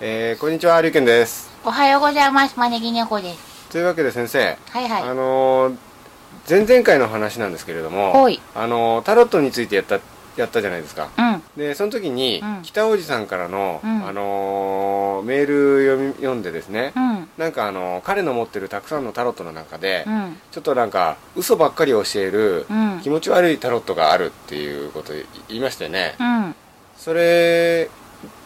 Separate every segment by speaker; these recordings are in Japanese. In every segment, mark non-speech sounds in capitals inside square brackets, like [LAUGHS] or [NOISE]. Speaker 1: ーこんにちはりゅうけんです
Speaker 2: おはようございます招き猫です
Speaker 1: というわけで先生、
Speaker 2: はいはい
Speaker 1: あのー前々回の話なんですけれども、
Speaker 2: はい
Speaker 1: あのータロットについてやったやったじゃないですか
Speaker 2: うん
Speaker 1: でその時に、
Speaker 2: うん
Speaker 1: 北王子さんからの、
Speaker 2: うん
Speaker 1: あのーメール読み読んでですね、
Speaker 2: うん
Speaker 1: なんかあのー彼の持ってるたくさんのタロットの中で、
Speaker 2: うん
Speaker 1: ちょっとなんか嘘ばっかり教える、
Speaker 2: うん
Speaker 1: 気持ち悪いタロットがあるっていうことい言いましたよね、
Speaker 2: うん
Speaker 1: それ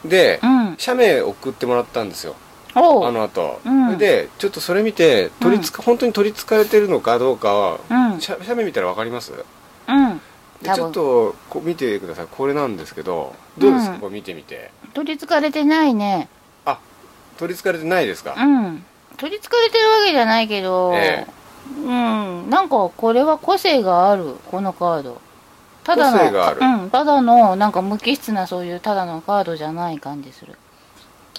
Speaker 1: で、
Speaker 2: うん
Speaker 1: 社名送ってもらったんですよ
Speaker 2: お
Speaker 1: あ
Speaker 2: う
Speaker 1: の後、
Speaker 2: うん
Speaker 1: それでちょっとそれ見て取りつか、本当に取りつかれてるのかどうかは、
Speaker 2: うん
Speaker 1: 写写メ見たら分かりますで
Speaker 2: うん多
Speaker 1: ちょっ
Speaker 2: 分
Speaker 1: とこう見てくださいこれなんですけどどうですか、
Speaker 2: うん
Speaker 1: これ見てみて
Speaker 2: 取りつかれてないね
Speaker 1: あ取りつかれてないです
Speaker 2: う
Speaker 1: か、
Speaker 2: ん取りつかれてるわけじゃないけど、
Speaker 1: ええ
Speaker 2: うんなんかこれは個性があるこのカードただの
Speaker 1: 個性がある
Speaker 2: うん、ただのなんか無機質なそういうただのカードじゃない感じする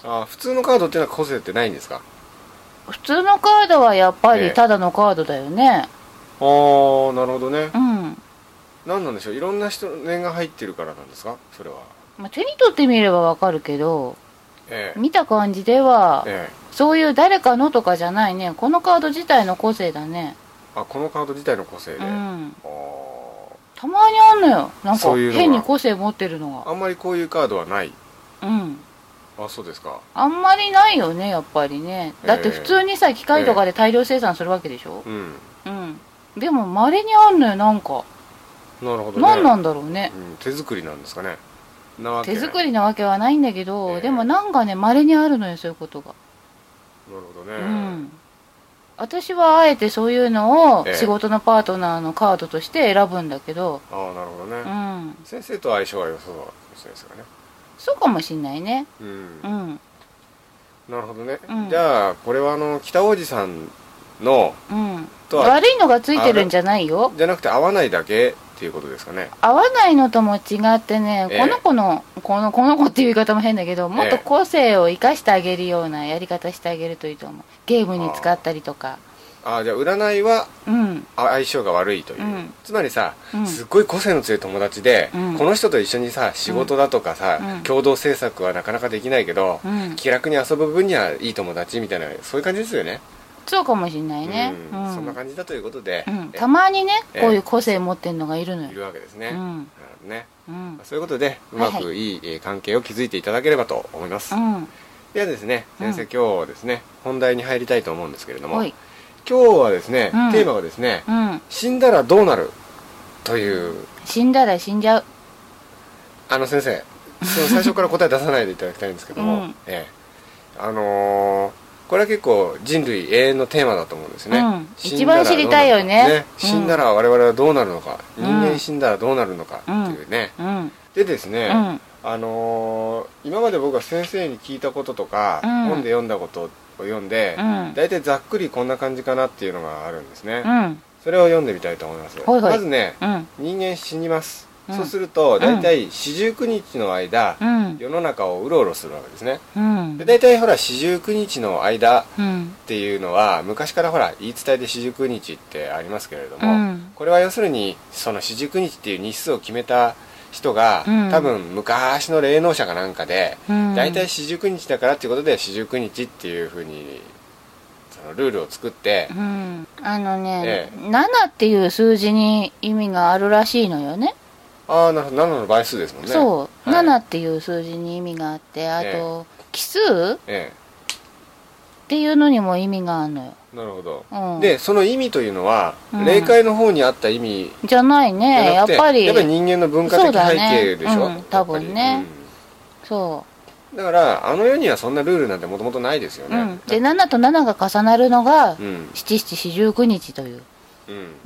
Speaker 1: あ普通のカードっていうのは個性ってないんですか
Speaker 2: 普通のカードはやっぱ
Speaker 1: え
Speaker 2: り
Speaker 1: え
Speaker 2: ただのカードだよね、
Speaker 1: ああなるほどね
Speaker 2: うん
Speaker 1: 何なんでしょういろんな人の念が入ってるからなんですかそれは
Speaker 2: まあ、手に取ってみればわかるけど
Speaker 1: ええ
Speaker 2: 見た感じでは
Speaker 1: ええ
Speaker 2: そういう誰かのとかじゃないねこのカード自体の個性だね
Speaker 1: あこのカード自体の個性で、
Speaker 2: う
Speaker 1: あ
Speaker 2: ん
Speaker 1: ー
Speaker 2: たまにあんのよなん
Speaker 1: そ
Speaker 2: か
Speaker 1: ういうのが
Speaker 2: 変に個性持ってるの
Speaker 1: あんまりこういうカードはない
Speaker 2: がうん
Speaker 1: あそうですか
Speaker 2: あんまりないよねやっぱりねだって
Speaker 1: ええ
Speaker 2: 普通にさ機械とかで大量生産するわけでしょ
Speaker 1: うん
Speaker 2: うんでもまれにあんのよなんか
Speaker 1: なるほどね
Speaker 2: 何なんだろうね
Speaker 1: うん、手作りなんですかねなわけ
Speaker 2: 手作りなわけはないんだけど、
Speaker 1: ええ
Speaker 2: でもなんかねまれにあるのよそういうことが
Speaker 1: なるほどね、
Speaker 2: うん、私はあえてそういうのを
Speaker 1: ええ
Speaker 2: 仕事のパートナーのカードとして選ぶんだけど、
Speaker 1: ああなるほどね、
Speaker 2: うん、
Speaker 1: 先生と相性が良さそうなかもしれないですかね
Speaker 2: そうかもしんないね、
Speaker 1: うん、
Speaker 2: うん
Speaker 1: なるほどね、
Speaker 2: うん
Speaker 1: じゃあこれはあの北王子さんの
Speaker 2: うん、
Speaker 1: とは
Speaker 2: 悪いのがついてるんじゃないよ
Speaker 1: じゃなくて合わないだけっていうことですかね
Speaker 2: 合わないのとも違ってね、
Speaker 1: ええ
Speaker 2: この子のこのこの子っていう言い方も変だけどもっと個性を生かしてあげるようなやり方してあげるといいと思うゲームに使ったりとか
Speaker 1: ああじゃあ占いは
Speaker 2: うん
Speaker 1: あ相性が悪いという、
Speaker 2: うん
Speaker 1: つまりさ、
Speaker 2: うん
Speaker 1: すっごい個性の強い友達で、
Speaker 2: うん
Speaker 1: この人と一緒にさ仕事だとかさ、
Speaker 2: うん
Speaker 1: 共同制作はなかなかできないけど、
Speaker 2: うん
Speaker 1: 気楽に遊ぶ分にはいい友達みたいなそういう感じですよね
Speaker 2: そうかもしんないね、う
Speaker 1: うん
Speaker 2: ん
Speaker 1: そんな感じだということで、
Speaker 2: うん
Speaker 1: え
Speaker 2: たまにね
Speaker 1: ええ
Speaker 2: こういう個性持ってんのがいる
Speaker 1: い
Speaker 2: のよ、
Speaker 1: るわけですね、な
Speaker 2: う
Speaker 1: る
Speaker 2: ん
Speaker 1: ほどね
Speaker 2: うん
Speaker 1: そういうことでう
Speaker 2: はいは
Speaker 1: ま
Speaker 2: い
Speaker 1: くいいえー関係を築いていただければと思います、
Speaker 2: うん
Speaker 1: ではですね
Speaker 2: うん
Speaker 1: 先生、今日はですね本題に入りたいと思うんですけれども
Speaker 2: お
Speaker 1: 今
Speaker 2: い
Speaker 1: 日はですね、
Speaker 2: うん
Speaker 1: テーマがですね、
Speaker 2: うん
Speaker 1: 死んだらどうなるという
Speaker 2: 死んだら死んじゃう
Speaker 1: あの先生その最初から答え出さないでいただきたいんですけども、
Speaker 2: うん
Speaker 1: ええあのーこれは結構人類永遠のテーマだと思うんですね、
Speaker 2: うん
Speaker 1: 死んだら
Speaker 2: 一番知りたいよね
Speaker 1: どうなるのか
Speaker 2: うん
Speaker 1: 死んだら我々はどうなるのか、
Speaker 2: うん
Speaker 1: 人間死んだらどうなるのかっていうね、
Speaker 2: うん
Speaker 1: でですね、
Speaker 2: うん
Speaker 1: あのー今まで僕は先生に聞いたこととか、
Speaker 2: うん
Speaker 1: 本で読んだことを読んで
Speaker 2: う、ん
Speaker 1: 大体ざっくりこんな感じかなっていうのがあるんですね、
Speaker 2: うん
Speaker 1: それを読んでみたいと思います、
Speaker 2: はいはい
Speaker 1: まずね
Speaker 2: うん
Speaker 1: 人間死にます、
Speaker 2: うん
Speaker 1: そうすると大体四十九日の間、
Speaker 2: うん
Speaker 1: 世の中をうろうろするわけですね
Speaker 2: うん
Speaker 1: で大体ほら四十九日の間
Speaker 2: うん
Speaker 1: っていうのは昔からほら言い伝えで四十九日ってありますけれども、
Speaker 2: うん
Speaker 1: これは要するにその四十九日っていう日数を決めた人が、
Speaker 2: うん
Speaker 1: 多分昔の霊能者かなんかで、
Speaker 2: うん
Speaker 1: 大体四十九日だからっていうことで四十九日っていうふうにそのルールを作って
Speaker 2: う、んあのね
Speaker 1: え
Speaker 2: 7っていう数字に意味があるらしいのよね
Speaker 1: ああなるほど7の倍数ですもんね
Speaker 2: そう
Speaker 1: はい
Speaker 2: 7っていう数字に意味があってあと奇数っ
Speaker 1: え
Speaker 2: ていうのにも意味があるのよ
Speaker 1: えなるほど、
Speaker 2: うん
Speaker 1: でその意味というのは、
Speaker 2: うん
Speaker 1: 霊界の方にあった意味
Speaker 2: じゃない
Speaker 1: じゃ
Speaker 2: ねや
Speaker 1: な
Speaker 2: っ
Speaker 1: くて
Speaker 2: ぱり
Speaker 1: やっぱり人間の文化的
Speaker 2: そうだ
Speaker 1: 背
Speaker 2: ね
Speaker 1: 景でしょ、
Speaker 2: うん多分ね
Speaker 1: やっぱり
Speaker 2: そ
Speaker 1: うんだからあの世にはそんなルールなんてもともとないですよ
Speaker 2: う
Speaker 1: ね、
Speaker 2: うんで7と7が重なるのが
Speaker 1: うん
Speaker 2: 七七四十九日という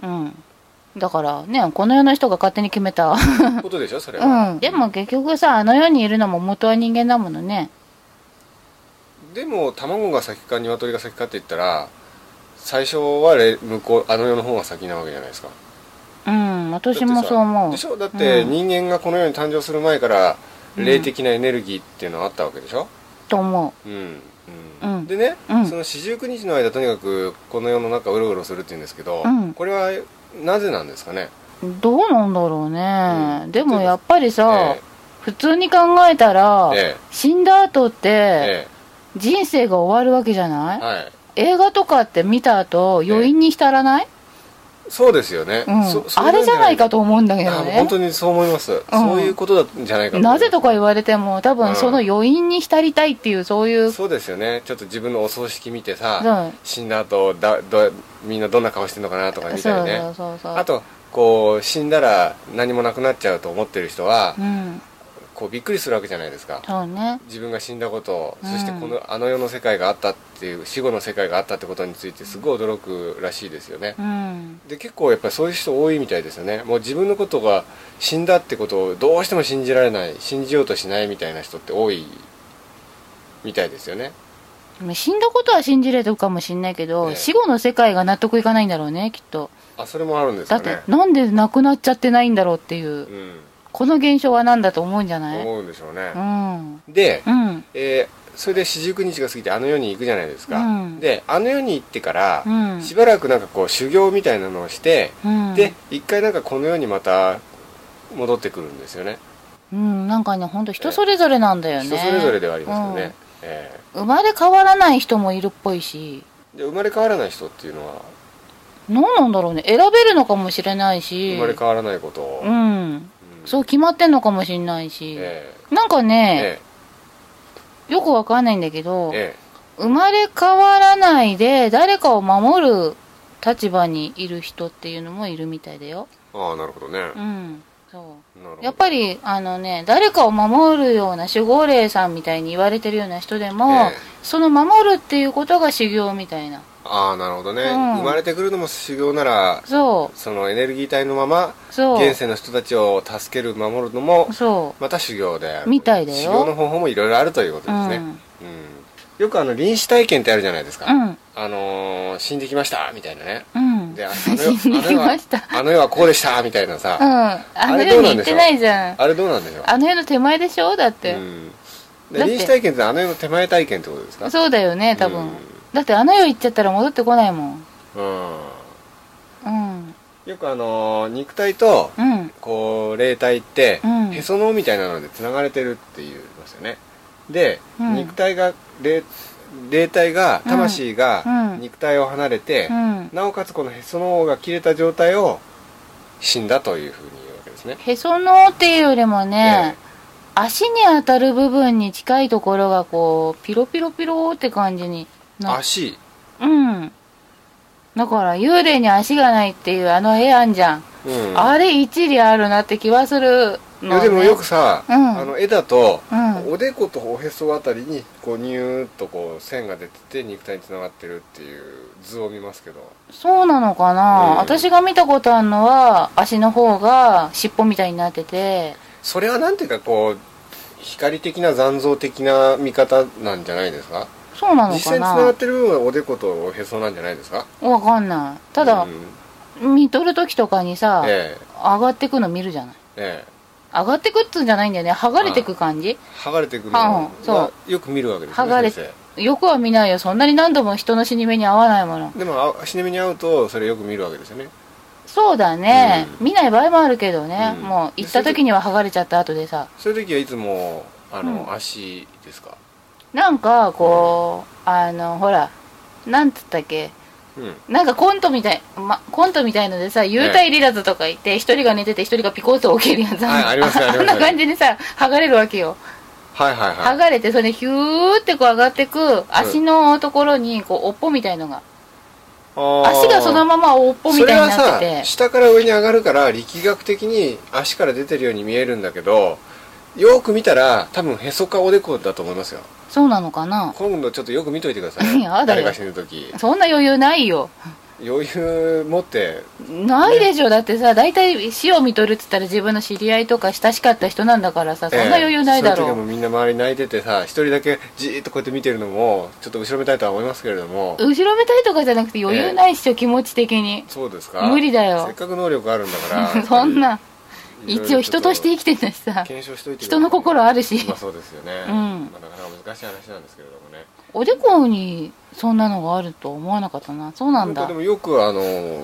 Speaker 1: うん
Speaker 2: うんだからねこの世の人が勝手に決めた
Speaker 1: ことでしょそれは、
Speaker 2: [LAUGHS] うん、でも結局さあの世にいるのも元は人間だものね
Speaker 1: でも卵が先か鶏が先かって言ったら最初はれ向こうあの世の方が先なわけじゃないですか
Speaker 2: うん私もそう思う
Speaker 1: でしょだって
Speaker 2: うん
Speaker 1: 人間がこの世に誕生する前から霊的なエネルギーっていうのはあったわけでしょ、
Speaker 2: と思
Speaker 1: うん
Speaker 2: う
Speaker 1: うん
Speaker 2: ん
Speaker 1: でね、
Speaker 2: うん
Speaker 1: その四十九日の間とにかくこの世の中うろうろするっていうんですけど、
Speaker 2: うん
Speaker 1: これはなぜなんですかね、
Speaker 2: うどうなんだろうね、
Speaker 1: うん
Speaker 2: でもやっぱりさ、
Speaker 1: え
Speaker 2: 普通に考えたら、
Speaker 1: ええ
Speaker 2: 死んだ後って、
Speaker 1: ええ
Speaker 2: 人生が終わるわけじゃない、
Speaker 1: はい
Speaker 2: 映画とかって見た後余韻に浸らない、
Speaker 1: そうですよね、
Speaker 2: うん
Speaker 1: そそ
Speaker 2: あれじゃないかと思うんだけど
Speaker 1: あ
Speaker 2: ね
Speaker 1: 本当にそう思います、そういうことなんじゃないかと
Speaker 2: なぜとか言われても多分その余韻に浸りたいっていうそういう、
Speaker 1: そうですよねちょっと自分のお葬式見てさ、
Speaker 2: うん
Speaker 1: 死んだ後だどみんなどんな顔してるのかなとか見たりね
Speaker 2: そうそうそう
Speaker 1: あとこう死んだら何もなくなっちゃうと思ってる人は、
Speaker 2: うん
Speaker 1: こうびっくりするわけじゃないですか
Speaker 2: そうね
Speaker 1: 自分が死んだこと
Speaker 2: う
Speaker 1: そ
Speaker 2: ん
Speaker 1: してこのあの世の世界があったっていう死後の世界があったってことについてすごい驚くらしいですよね、
Speaker 2: うん
Speaker 1: で結構やっぱりそういう人多いみたいですよねもう自分のことが死んだってことをどうしても信じられない信じようとしないみたいな人って多いみたいですよね
Speaker 2: でも死んだことは信じれてるかもしんないけど、
Speaker 1: ええ
Speaker 2: 死後の世界が納得いかないんだろうねきっと
Speaker 1: あそれもあるんです
Speaker 2: だ
Speaker 1: か
Speaker 2: っ
Speaker 1: ね
Speaker 2: て、なんでなくなっちゃってないんだろうっていう、
Speaker 1: うん、
Speaker 2: この現象は何だと思うんじゃない
Speaker 1: 思うんでしょうね
Speaker 2: う、ん
Speaker 1: で、
Speaker 2: うん
Speaker 1: えーそれで四十九日が過ぎてあの世に行くじゃないですか、
Speaker 2: うん
Speaker 1: であの世に行ってから、
Speaker 2: うん
Speaker 1: しばらくなんかこう修行みたいなのをして、
Speaker 2: うん
Speaker 1: で一回なんかこの世にまた戻ってくるんですよね
Speaker 2: うん、なんかね本当人それぞれなんだよね、
Speaker 1: 人それぞれではありますけどね、え
Speaker 2: うん、生まれ変わらない人もいるっぽいし
Speaker 1: ーで生まれ変わらない人っていうのは
Speaker 2: 何なんだろうね選べるのかもしれないし
Speaker 1: 生まれ変わらないことを、うん
Speaker 2: うんそう決まってんのかもしれないし、
Speaker 1: え
Speaker 2: なんか
Speaker 1: え
Speaker 2: ね、
Speaker 1: え
Speaker 2: よくわかんないんだけど、
Speaker 1: ええ
Speaker 2: 生まれ変わらないで誰かを守る立場にいる人っていうのもいるみたいだよ
Speaker 1: えああなるほどね、
Speaker 2: うんそう
Speaker 1: なるほど
Speaker 2: やっぱりあのね誰かを守るような守護霊さんみたいに言われてるような人でも、
Speaker 1: ええ
Speaker 2: その守るっていうことが修行みたいな
Speaker 1: ああなるほどね、
Speaker 2: うん
Speaker 1: 生まれてくるのも修行なら
Speaker 2: そ
Speaker 1: そのエネルギー体のまま
Speaker 2: うそう
Speaker 1: 現世の人たちを助ける守るのも
Speaker 2: そ
Speaker 1: また修行で
Speaker 2: みたいだよ
Speaker 1: 修行の方法もいろいろあるということ
Speaker 2: うう
Speaker 1: です
Speaker 2: ん
Speaker 1: ね、うんよくあの臨死体験ってあるじゃないですか、
Speaker 2: うん
Speaker 1: あのー死んできましたみたいなね
Speaker 2: うん
Speaker 1: であ
Speaker 2: [LAUGHS] 死んできました
Speaker 1: あの世はあの世はこうでしたみたいなさ、
Speaker 2: うんあの
Speaker 1: れ
Speaker 2: 世
Speaker 1: どう
Speaker 2: に
Speaker 1: なんでしょ
Speaker 2: 行って
Speaker 1: う
Speaker 2: ないじゃん
Speaker 1: あれどうなんでしょう
Speaker 2: あの世の手前でしょだって、
Speaker 1: うんで
Speaker 2: だって
Speaker 1: 臨死体験ってあの世の手前体験ってことですか
Speaker 2: そうだよね多分、
Speaker 1: うん
Speaker 2: だってあの世行っちゃったら戻ってこないもん
Speaker 1: うん
Speaker 2: うん
Speaker 1: よくあのー肉体と
Speaker 2: うん
Speaker 1: こう霊体って
Speaker 2: うん
Speaker 1: へその緒みたいなのでつながれてるって言いますよねで、
Speaker 2: うん
Speaker 1: 肉体が霊霊体が
Speaker 2: うん
Speaker 1: 魂
Speaker 2: う
Speaker 1: が
Speaker 2: ん
Speaker 1: 肉体を離れて、
Speaker 2: うん
Speaker 1: なおかつこのへその緒が切れた状態を死んだというふうに言うわけですね
Speaker 2: へその緒っていうよりもね、足に当たる部分に近いところがこうピロピロピロって感じにな
Speaker 1: 足
Speaker 2: うんだから幽霊に足がないっていうあの絵あんじゃん、
Speaker 1: うん
Speaker 2: あれ一理あるなって気はする
Speaker 1: い
Speaker 2: の、
Speaker 1: やで
Speaker 2: ね、
Speaker 1: もよくさ、
Speaker 2: うん
Speaker 1: あの絵だと、
Speaker 2: うん
Speaker 1: おでことおへそあたりにこうニューッとこう線が出てて肉体につながってるっていう図を見ますけど
Speaker 2: そうなのかな、
Speaker 1: うん
Speaker 2: 私が見たことあるのは足の方が尻尾みたいになってて
Speaker 1: それはなんていうかこう光的な残像的な見方なんじゃないですか
Speaker 2: そうなの
Speaker 1: 実際
Speaker 2: か
Speaker 1: につなが
Speaker 2: な
Speaker 1: ってる部分はおでことおへそなんじゃないですか
Speaker 2: わかんないただ
Speaker 1: う、ん
Speaker 2: 見とる時とかにさ、
Speaker 1: ええ
Speaker 2: 上がってくの見るじゃない
Speaker 1: ええ
Speaker 2: 上がってくっつうんじゃないんだよね剥がれてく感じ、
Speaker 1: 剥がれてくるの
Speaker 2: うんそう
Speaker 1: はよく見るわけです
Speaker 2: 剥がれ
Speaker 1: ね先
Speaker 2: よくは見ないよそんなに何度も人の死に目に遭わないもの
Speaker 1: 生でもあ死に目に遭うとそれよく見るわけですよね
Speaker 2: そうだね、
Speaker 1: う
Speaker 2: 見ない場合もあるけどね、
Speaker 1: うん
Speaker 2: もう行った時には剥がれちゃった後でさ
Speaker 1: そういう時はいつもあの、
Speaker 2: うん
Speaker 1: 足ですか
Speaker 2: なんかこう、あのほらなんつったっけ
Speaker 1: うん
Speaker 2: なんかコントみたい、ま、コントみたいのでさ幽体離脱とか言って一人が寝てて一人がピコッと起きるやつ
Speaker 1: はいありますねありますね
Speaker 2: んな感じにさ剥がれるわけよ
Speaker 1: はいはいはい
Speaker 2: 剥がれてそれでヒューってこう上がってく足のところにこうおっぽみたいのが足
Speaker 1: 足
Speaker 2: がそのままおっぽみたいになっ
Speaker 1: それ
Speaker 2: て
Speaker 1: はさ
Speaker 2: て
Speaker 1: 下から上に上がるから力学的に足から出てるように見えるんだけどよく見たら多分へそかおでこだと思いますよ
Speaker 2: そうなのかな
Speaker 1: 今度ちょっとよく見といてください
Speaker 2: やだよ
Speaker 1: 誰が死ぬ時
Speaker 2: そんな余裕ないよ
Speaker 1: 余裕持って
Speaker 2: ないでしょ、だってさ大体死を見とるっつったら自分の知り合いとか親しかった人なんだからさそんな余裕ないだ
Speaker 1: ええそういう時
Speaker 2: ろ
Speaker 1: はもう
Speaker 2: う、
Speaker 1: みんな周り泣いててさ一人だけじーっとこうやって見てるのもちょっと後ろめたいとは思いますけれども
Speaker 2: 後ろめたいとかじゃなくて余裕ないっしょ、気持ち的に
Speaker 1: そうですか
Speaker 2: 無理だよ
Speaker 1: せっかく能力あるんだから
Speaker 2: [LAUGHS] そんな
Speaker 1: やっぱり
Speaker 2: 一応人として
Speaker 1: いろい
Speaker 2: 生きてんだし
Speaker 1: ろちょ
Speaker 2: さ
Speaker 1: っと検証しといてくださ
Speaker 2: 人
Speaker 1: い
Speaker 2: の心あるし
Speaker 1: まあそうですよね、
Speaker 2: うん
Speaker 1: まあ、なかなか難しい話なんですけれどもね
Speaker 2: おでこにそんなのがあると思わなかったなそうなんだ
Speaker 1: でもよくあの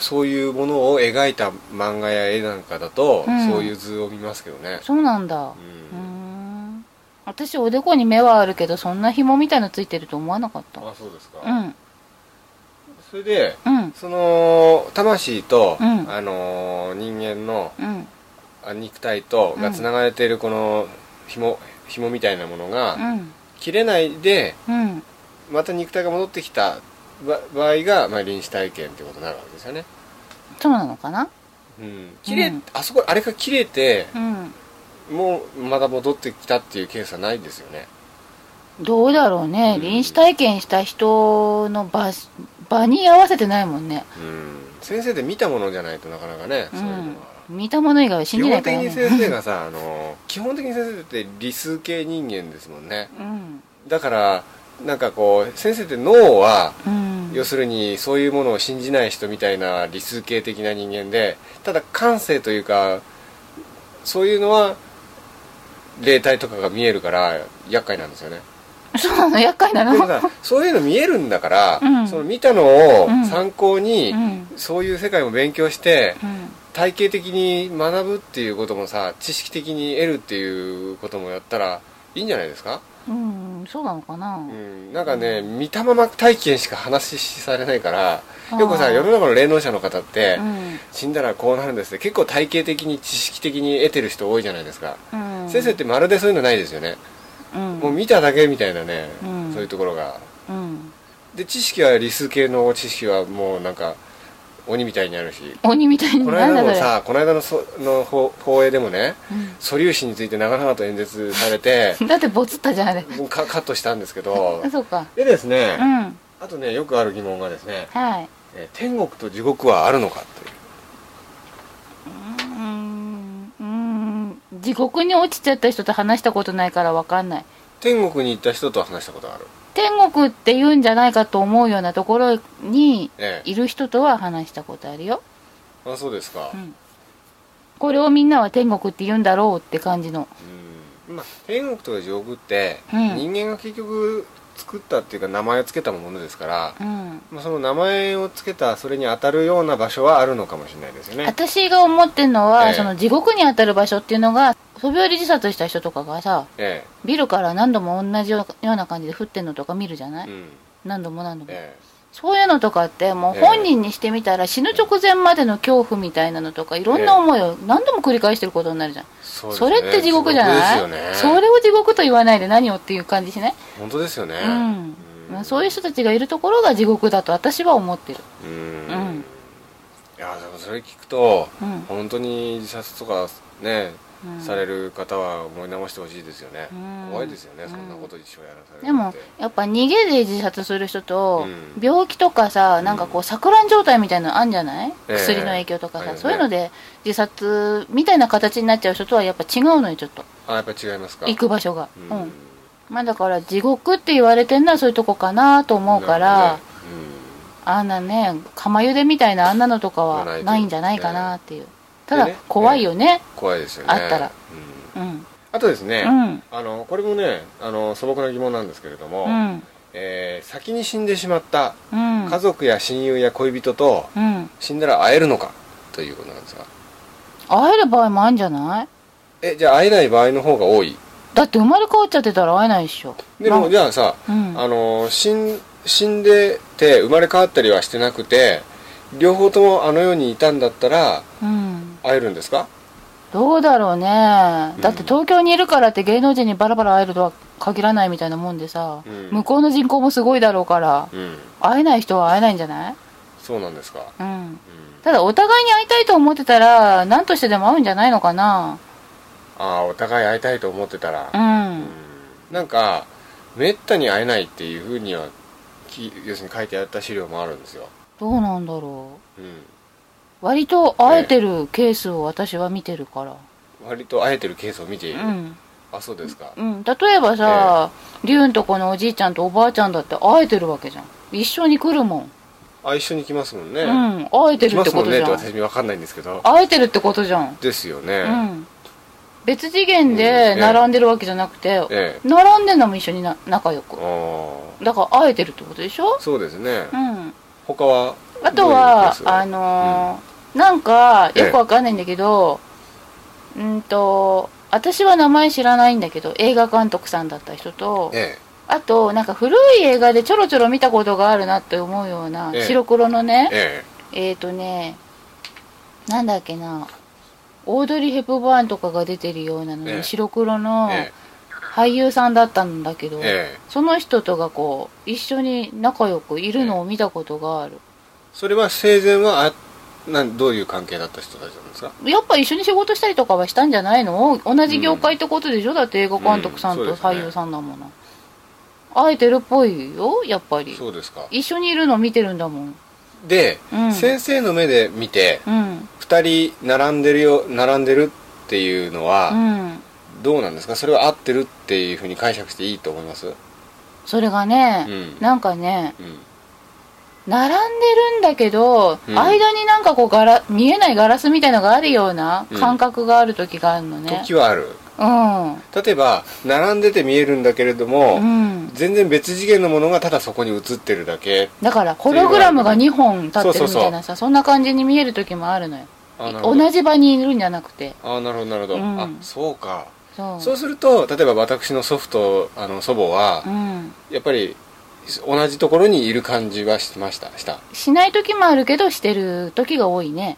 Speaker 1: そういうものを描いた漫画や絵なんかだと、
Speaker 2: うん
Speaker 1: そういう図を見ますけどね、
Speaker 2: そうなんだう
Speaker 1: う
Speaker 2: ー
Speaker 1: ん
Speaker 2: ん私おでこに目はあるけどそんな紐みたいのついてると思わなかった
Speaker 1: あそうですか、
Speaker 2: うん
Speaker 1: それで
Speaker 2: うん
Speaker 1: その魂と、
Speaker 2: うん
Speaker 1: あのー人間の
Speaker 2: うん
Speaker 1: あ肉体と
Speaker 2: う
Speaker 1: が
Speaker 2: ん
Speaker 1: つながれているこの紐紐みたいなものが、
Speaker 2: うん
Speaker 1: 切れないで
Speaker 2: うん
Speaker 1: また肉体が戻ってきたば場合が、まあ、臨死体験ってことになるわけですよね、
Speaker 2: そうなのかな
Speaker 1: うん切れ
Speaker 2: うん
Speaker 1: あそこあれが切れて
Speaker 2: うん
Speaker 1: もうまた戻ってきたっていうケースはないですよね
Speaker 2: どうだろうね、
Speaker 1: うん
Speaker 2: 臨死体験した人の場し場に合わせてないもんね
Speaker 1: うん先生で見たものじゃないとなかなかねそういうのは、
Speaker 2: うん、見たもの以外は信
Speaker 1: 基
Speaker 2: じな
Speaker 1: 本
Speaker 2: いか
Speaker 1: 的
Speaker 2: ら
Speaker 1: に
Speaker 2: ね
Speaker 1: 先生がさあの基本的に先生って理数系人間ですもんね
Speaker 2: うん
Speaker 1: だからなんかこう先生って脳は
Speaker 2: うん
Speaker 1: 要するにそういうものを信じない人みたいな理数系的な人間でただ感性というかそういうのは霊体とかが見えるから厄介なんですよね
Speaker 2: そうなの厄介な
Speaker 1: でも
Speaker 2: の
Speaker 1: さそういうの見えるんだから、
Speaker 2: うん
Speaker 1: その見たのを
Speaker 2: うん
Speaker 1: 参考に、
Speaker 2: うん
Speaker 1: そういう世界も勉強して
Speaker 2: うん
Speaker 1: 体系的に学ぶっていうこともさ知識的に得るっていうこともやったらいいんじゃないですか、
Speaker 2: うん、そうなのかな、
Speaker 1: うん、なんかね見たまま体験しか話しされないから
Speaker 2: あー
Speaker 1: よくさ世の中の霊能者の方って、
Speaker 2: うん
Speaker 1: 死んだらこうなるんですって結構体系的に知識的に得てる人多いじゃないですか、
Speaker 2: うん、
Speaker 1: 先生ってまるでそういうのないですよね、
Speaker 2: うん、
Speaker 1: もう見ただけみたいなね、
Speaker 2: うん
Speaker 1: そういうところが
Speaker 2: うん、
Speaker 1: で知識は理数系の知識はもうなんか鬼みたいにあるし
Speaker 2: 鬼みたいに
Speaker 1: この
Speaker 2: なん
Speaker 1: 間も
Speaker 2: だそれ
Speaker 1: さこの間のその放放映でもね素粒子について長々と演説されて
Speaker 2: うんだってボツったじゃんあれ
Speaker 1: もうカカットしたんですけ
Speaker 2: [LAUGHS]
Speaker 1: ど
Speaker 2: あそうか
Speaker 1: でですね、
Speaker 2: うん
Speaker 1: あとねよくある疑問がですね、
Speaker 2: はい
Speaker 1: えー天国と地獄はあるのかという
Speaker 2: うんうん地獄に落ちちゃった人と話したことないからわかんない
Speaker 1: 天国に行った人と話したことがある
Speaker 2: 天国って言うんじゃないかと思うようなところに
Speaker 1: ええ
Speaker 2: いる人とは話したことあるよ、
Speaker 1: あそうですか、
Speaker 2: うん、これをみんなは天国って言うんだろうって感じの
Speaker 1: うんまあ、天国とか地獄って、
Speaker 2: うん
Speaker 1: 人間が結局作ったっていうか名前を付けたものですから、
Speaker 2: うん
Speaker 1: まあ、その名前を付けたそれに当たるような場所はあるのかもしれないですよね
Speaker 2: 私が思ってるのは、
Speaker 1: ええ
Speaker 2: その地獄に当たる場所っていうのが飛び降り自殺した人とかがさ
Speaker 1: え
Speaker 2: ビルから何度も同じような感じで降ってんのとか見るじゃな
Speaker 1: え
Speaker 2: い、
Speaker 1: うん
Speaker 2: 何度も何度も、
Speaker 1: え
Speaker 2: そういうのとかってもう
Speaker 1: ええ
Speaker 2: 本人にしてみたら死ぬ直前までの恐怖みたいなのとかいろんな思いを何度も繰り返してることになるじゃん、
Speaker 1: えそ
Speaker 2: それって地獄じゃない
Speaker 1: 地獄ですよね
Speaker 2: それを地獄と言わないで何をっていう感じしない、
Speaker 1: 本当ですよね
Speaker 2: うんまあ、そう
Speaker 1: い
Speaker 2: いう人たちがいるところが地獄だと私は思ってる
Speaker 1: うん、
Speaker 2: うん
Speaker 1: いやでもそれ聞くと、
Speaker 2: うん
Speaker 1: 本当に自殺とかね、
Speaker 2: うん
Speaker 1: される方は思い直してほしいですよね、
Speaker 2: うん
Speaker 1: 怖いですよねそんなこと一生やらされるって
Speaker 2: でもやっぱ逃げで自殺する人と、
Speaker 1: うん
Speaker 2: 病気とかさなんかこう錯乱状態みたいなのあんじゃない、
Speaker 1: ええ
Speaker 2: 薬の影響とか
Speaker 1: あ
Speaker 2: さ、
Speaker 1: るね
Speaker 2: そういうので自殺みたいな形になっちゃう人とはやっぱ違うのよちょっと
Speaker 1: あやっぱ違いますか
Speaker 2: 行く場所が
Speaker 1: う
Speaker 2: うんん、まあだから地獄って言われてんのはそういうとこかなと思うから、
Speaker 1: なるほどね
Speaker 2: あんなね釜茹でみたいなあんなのとか
Speaker 1: まあない
Speaker 2: は
Speaker 1: と
Speaker 2: ないんじゃないかなっていう、た
Speaker 1: で
Speaker 2: だ
Speaker 1: ね
Speaker 2: 怖いよね
Speaker 1: うん怖いですよね
Speaker 2: あったら
Speaker 1: うん
Speaker 2: うん
Speaker 1: あとですね、
Speaker 2: うん
Speaker 1: あのこれもねあの素朴な疑問なんですけれども、
Speaker 2: うん
Speaker 1: えー先に死んでしまった
Speaker 2: うん
Speaker 1: 家族や親友や恋人と
Speaker 2: うん
Speaker 1: 死んだら会えるのかということなんですが
Speaker 2: 会える場合もあるんじゃない
Speaker 1: えじゃあ会えない場合の方が多い
Speaker 2: だって生まれ変わっちゃってたら会えないでしょ
Speaker 1: で
Speaker 2: な
Speaker 1: もじゃあさ、
Speaker 2: うん
Speaker 1: あの死ん死んでて生まれ変わったりはしてなくて両方ともあの世にいたんだったら
Speaker 2: うん
Speaker 1: 会えるんですか
Speaker 2: どうだろうねだ
Speaker 1: うん
Speaker 2: って東京にいるからって芸能人にバラバラ会えるとは限らないみたいなもんでさ、
Speaker 1: うん
Speaker 2: 向こうの人口もすごいだろうから
Speaker 1: うん
Speaker 2: 会えない人は会えないんじゃない
Speaker 1: そうなんですか、
Speaker 2: うん
Speaker 1: うん
Speaker 2: ただお互いに会いたいと思ってたら何としてでも会うんじゃないのかな
Speaker 1: ああお互い会いたいと思ってたら
Speaker 2: う、ん
Speaker 1: なんかめったに会えないっていうふうにはき要するに書いてあった資料もあるんですよ、
Speaker 2: どうなんだろ
Speaker 1: うん、
Speaker 2: う割と会えてるケースを私は見てるから、
Speaker 1: 割と会えてるケースを見ている、
Speaker 2: うん
Speaker 1: あそうですか、
Speaker 2: うん、例えばさ、リュウんとこのおじいちゃんとおばあちゃんだって会えてるわけじゃん一緒に来るもん、
Speaker 1: あ一緒に来ますもんね、
Speaker 2: うん会えて
Speaker 1: 来
Speaker 2: るっ
Speaker 1: ま
Speaker 2: て
Speaker 1: すも
Speaker 2: こ
Speaker 1: ん
Speaker 2: と
Speaker 1: ね
Speaker 2: じ
Speaker 1: っ
Speaker 2: ゃ
Speaker 1: て
Speaker 2: ん、
Speaker 1: 私に分かんないんですけど
Speaker 2: 会えてるってことじゃん
Speaker 1: ですよね、
Speaker 2: うん、別次元
Speaker 1: う
Speaker 2: で
Speaker 1: ん
Speaker 2: 並んでるわけじゃなくて、
Speaker 1: ええ
Speaker 2: 並んでんのも一緒にな仲良
Speaker 1: あ
Speaker 2: く
Speaker 1: あ
Speaker 2: だから会えてるってことでしょ、
Speaker 1: そうですね、
Speaker 2: うん、
Speaker 1: 他は
Speaker 2: あと
Speaker 1: どういうケ
Speaker 2: は
Speaker 1: ース
Speaker 2: あのーなんかよくわかんないんだけど、うんと私は名前知らないんだけど映画監督さんだった人と、
Speaker 1: え
Speaker 2: あとなんか古い映画でちょろちょろ見たことがあるなって思うような、
Speaker 1: ええ
Speaker 2: 白黒の
Speaker 1: え
Speaker 2: ね
Speaker 1: え
Speaker 2: えっ、とねなんだっけなオードリー・ヘプバーンとかが出てるようなのに、
Speaker 1: ええ
Speaker 2: 白黒の
Speaker 1: え
Speaker 2: 俳優さんだったんだけど、
Speaker 1: えええ
Speaker 2: その人とがこう一緒に仲良くいるのを見たことがある、
Speaker 1: それは生前はあなんどういう関係だった人たちなんですか
Speaker 2: やっぱ一緒に仕事したりとかはしたんじゃないの同じ業界ってことでしょ、だって映画監督さん
Speaker 1: うんそ
Speaker 2: と
Speaker 1: うですね
Speaker 2: 俳優さんだもの、会えてるっぽいよやっぱり
Speaker 1: そうですか
Speaker 2: 一緒にいるの見てるんだもん
Speaker 1: で、
Speaker 2: うん
Speaker 1: 先生の目で見て
Speaker 2: うん
Speaker 1: 2人並んでるよ並んでるっていうの
Speaker 2: う
Speaker 1: は
Speaker 2: ん
Speaker 1: どうなんですかそれは合ってるっていうふうに解釈していいと思います
Speaker 2: それがね、
Speaker 1: うん
Speaker 2: なんかね
Speaker 1: うん
Speaker 2: 並んでるんだけど、
Speaker 1: うん
Speaker 2: 間になんかこうガラ見えないガラスみたいのがあるような
Speaker 1: うん
Speaker 2: 感覚がある時があるのね
Speaker 1: 時はある
Speaker 2: うん
Speaker 1: 例えば並んでて見えるんだけれども、
Speaker 2: うん
Speaker 1: 全然別次元のものがただそこに映ってるだけ
Speaker 2: だからホログラムが2本立って
Speaker 1: そうそ
Speaker 2: る
Speaker 1: う
Speaker 2: み
Speaker 1: そう
Speaker 2: たいなさそんな感じに見える時もあるのよ
Speaker 1: あなるほど
Speaker 2: 同じ場にいるんじゃなくて
Speaker 1: あなるほどなるほど、
Speaker 2: うん
Speaker 1: あそうか、
Speaker 2: そう
Speaker 1: そうすると例えば私の祖父とあの祖母は、
Speaker 2: うん、
Speaker 1: やっぱり同じところにいる感じはしましたした
Speaker 2: しない時もあるけどしてる時が多いね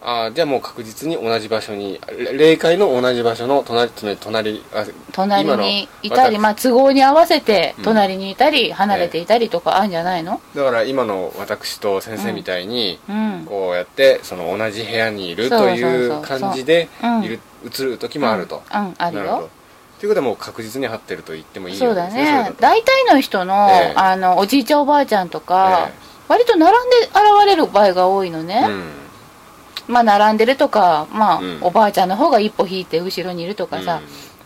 Speaker 1: あーじゃあもう確実に同じ場所にれ霊界の同じ場所の隣隣隣あ
Speaker 2: 隣にい
Speaker 1: 今の
Speaker 2: たり、
Speaker 1: 私
Speaker 2: まあ、都合に合わせて
Speaker 1: うん
Speaker 2: 隣にいたり離れていたりとかあるんじゃないの、
Speaker 1: だから今の私と先生みたいに、
Speaker 2: うん、
Speaker 1: こうやってその同じ部屋にいる
Speaker 2: そ
Speaker 1: と
Speaker 2: うそうそう
Speaker 1: い
Speaker 2: そう
Speaker 1: う感じで
Speaker 2: うん
Speaker 1: いる映る時もあると、
Speaker 2: うん、うんある
Speaker 1: なほ
Speaker 2: よ
Speaker 1: どということはもう確実に張ってると言ってもいい
Speaker 2: そう
Speaker 1: わけ
Speaker 2: だ
Speaker 1: ですね
Speaker 2: ね大体の人の,、
Speaker 1: ええ
Speaker 2: あのおじいちゃんおばあちゃんとか、
Speaker 1: ええ
Speaker 2: 割と並んで現れる場合が多いの
Speaker 1: それだと
Speaker 2: ね、まあ並んでるとか、まあ
Speaker 1: うん
Speaker 2: おばあちゃんの方が一歩引いて後ろにいると
Speaker 1: うん
Speaker 2: かさ、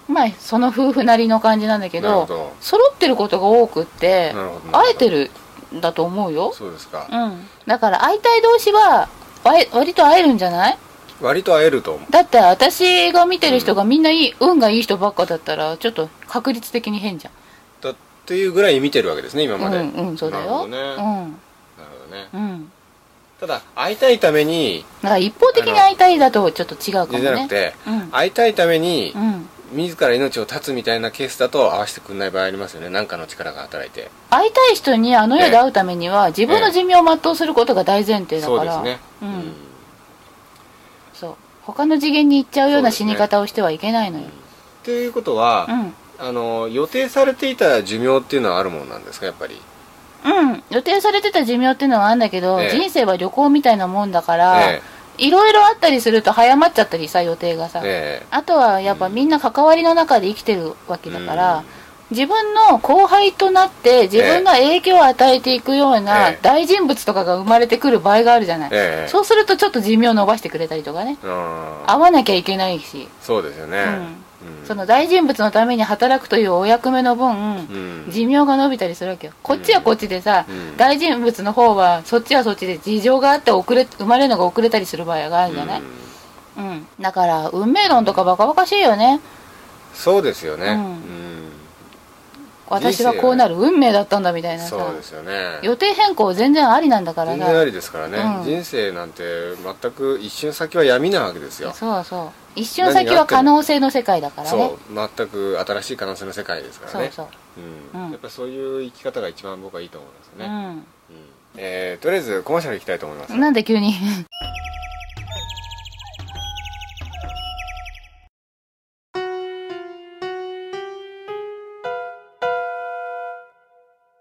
Speaker 2: まあその夫婦なりの感じなんだけ
Speaker 1: なるほ
Speaker 2: ど
Speaker 1: ど
Speaker 2: 揃ってることが多くって
Speaker 1: なるほど
Speaker 2: 会えてるんだと思うよ
Speaker 1: そうですか、
Speaker 2: うん、だから会いたい同士はわい割と会えるんじゃない
Speaker 1: 割と会えると思う
Speaker 2: だって私が見てる人がみんないい、運がいい人ばっかだったらちょっと確率的に変じ
Speaker 1: だっていうぐらい見てるわけですね今
Speaker 2: ゃん
Speaker 1: まで、
Speaker 2: うんうんそうだ
Speaker 1: なるほ
Speaker 2: よ、
Speaker 1: どね、なるほどね
Speaker 2: うんうん
Speaker 1: ただ会いたいために
Speaker 2: だから一方的に会いたいだとちょっと違うかも
Speaker 1: じゃな
Speaker 2: ね
Speaker 1: くて
Speaker 2: うん
Speaker 1: 会いたいために
Speaker 2: うん、
Speaker 1: 自ら命を絶つみたいなケースだと合わせてくんない場合ありますよね何かの力が働いて
Speaker 2: 会いたい人にあの世で会うためには自分の寿命を全うすることが大前提だ
Speaker 1: そ
Speaker 2: か
Speaker 1: うで
Speaker 2: ら
Speaker 1: すね
Speaker 2: うん
Speaker 1: うん
Speaker 2: そう他の次元に行っちゃうような死に方をしてはいけないのよ
Speaker 1: ということは、
Speaker 2: うん
Speaker 1: あの予定されていた寿命っていうのはあるもんなんですかやっぱり
Speaker 2: うん、予定されてた寿命っていうのはあるんだけど、
Speaker 1: ええ
Speaker 2: 人生は旅行みたいなもんだから、
Speaker 1: え
Speaker 2: いろいろあったりすると早まっちゃったりさ予定がさ、
Speaker 1: え
Speaker 2: あとはやっぱみんな関わりの中で生きてるわけだから、
Speaker 1: うん
Speaker 2: 自分の後輩となって自分が影響を与えていくよう
Speaker 1: え
Speaker 2: な
Speaker 1: え
Speaker 2: 大人物とかが生まれてくる場合があるじゃない、
Speaker 1: ええ
Speaker 2: そうするとちょっと寿命を伸ばしてくれたりとかね
Speaker 1: うん
Speaker 2: 会わなきゃいけないし、
Speaker 1: そうですよね、うん
Speaker 2: その大人物のために働くというお役目の分、
Speaker 1: うん
Speaker 2: 寿命が伸びたりするわけよこっちはこっちでさ、
Speaker 1: うん
Speaker 2: 大人物の方はそっちはそっちで事情があって遅れ生まれるのが遅れたりする場合があるんじゃない、
Speaker 1: うん
Speaker 2: うんだから運命論とかバカバカしいよね
Speaker 1: そうですよね、
Speaker 2: う
Speaker 1: うんん
Speaker 2: 私はこうなる運命だったんだみたいなさ、
Speaker 1: そうですよね
Speaker 2: 予定変更全然ありなんだから
Speaker 1: 全然あ
Speaker 2: な
Speaker 1: りですからね、
Speaker 2: うん
Speaker 1: 人生なんて全く一瞬先は闇なわけですよ
Speaker 2: そうそう一瞬先は可能性の世界だからね
Speaker 1: そう全く新しい可能性の世界ですから
Speaker 2: そう
Speaker 1: ね
Speaker 2: そう
Speaker 1: うん
Speaker 2: うん
Speaker 1: やっぱりそういう生き方が一番僕はいいと思います
Speaker 2: う
Speaker 1: ね、うんえーとりあえずコマーシャル行きたいと思います
Speaker 2: んなんで急に [LAUGHS]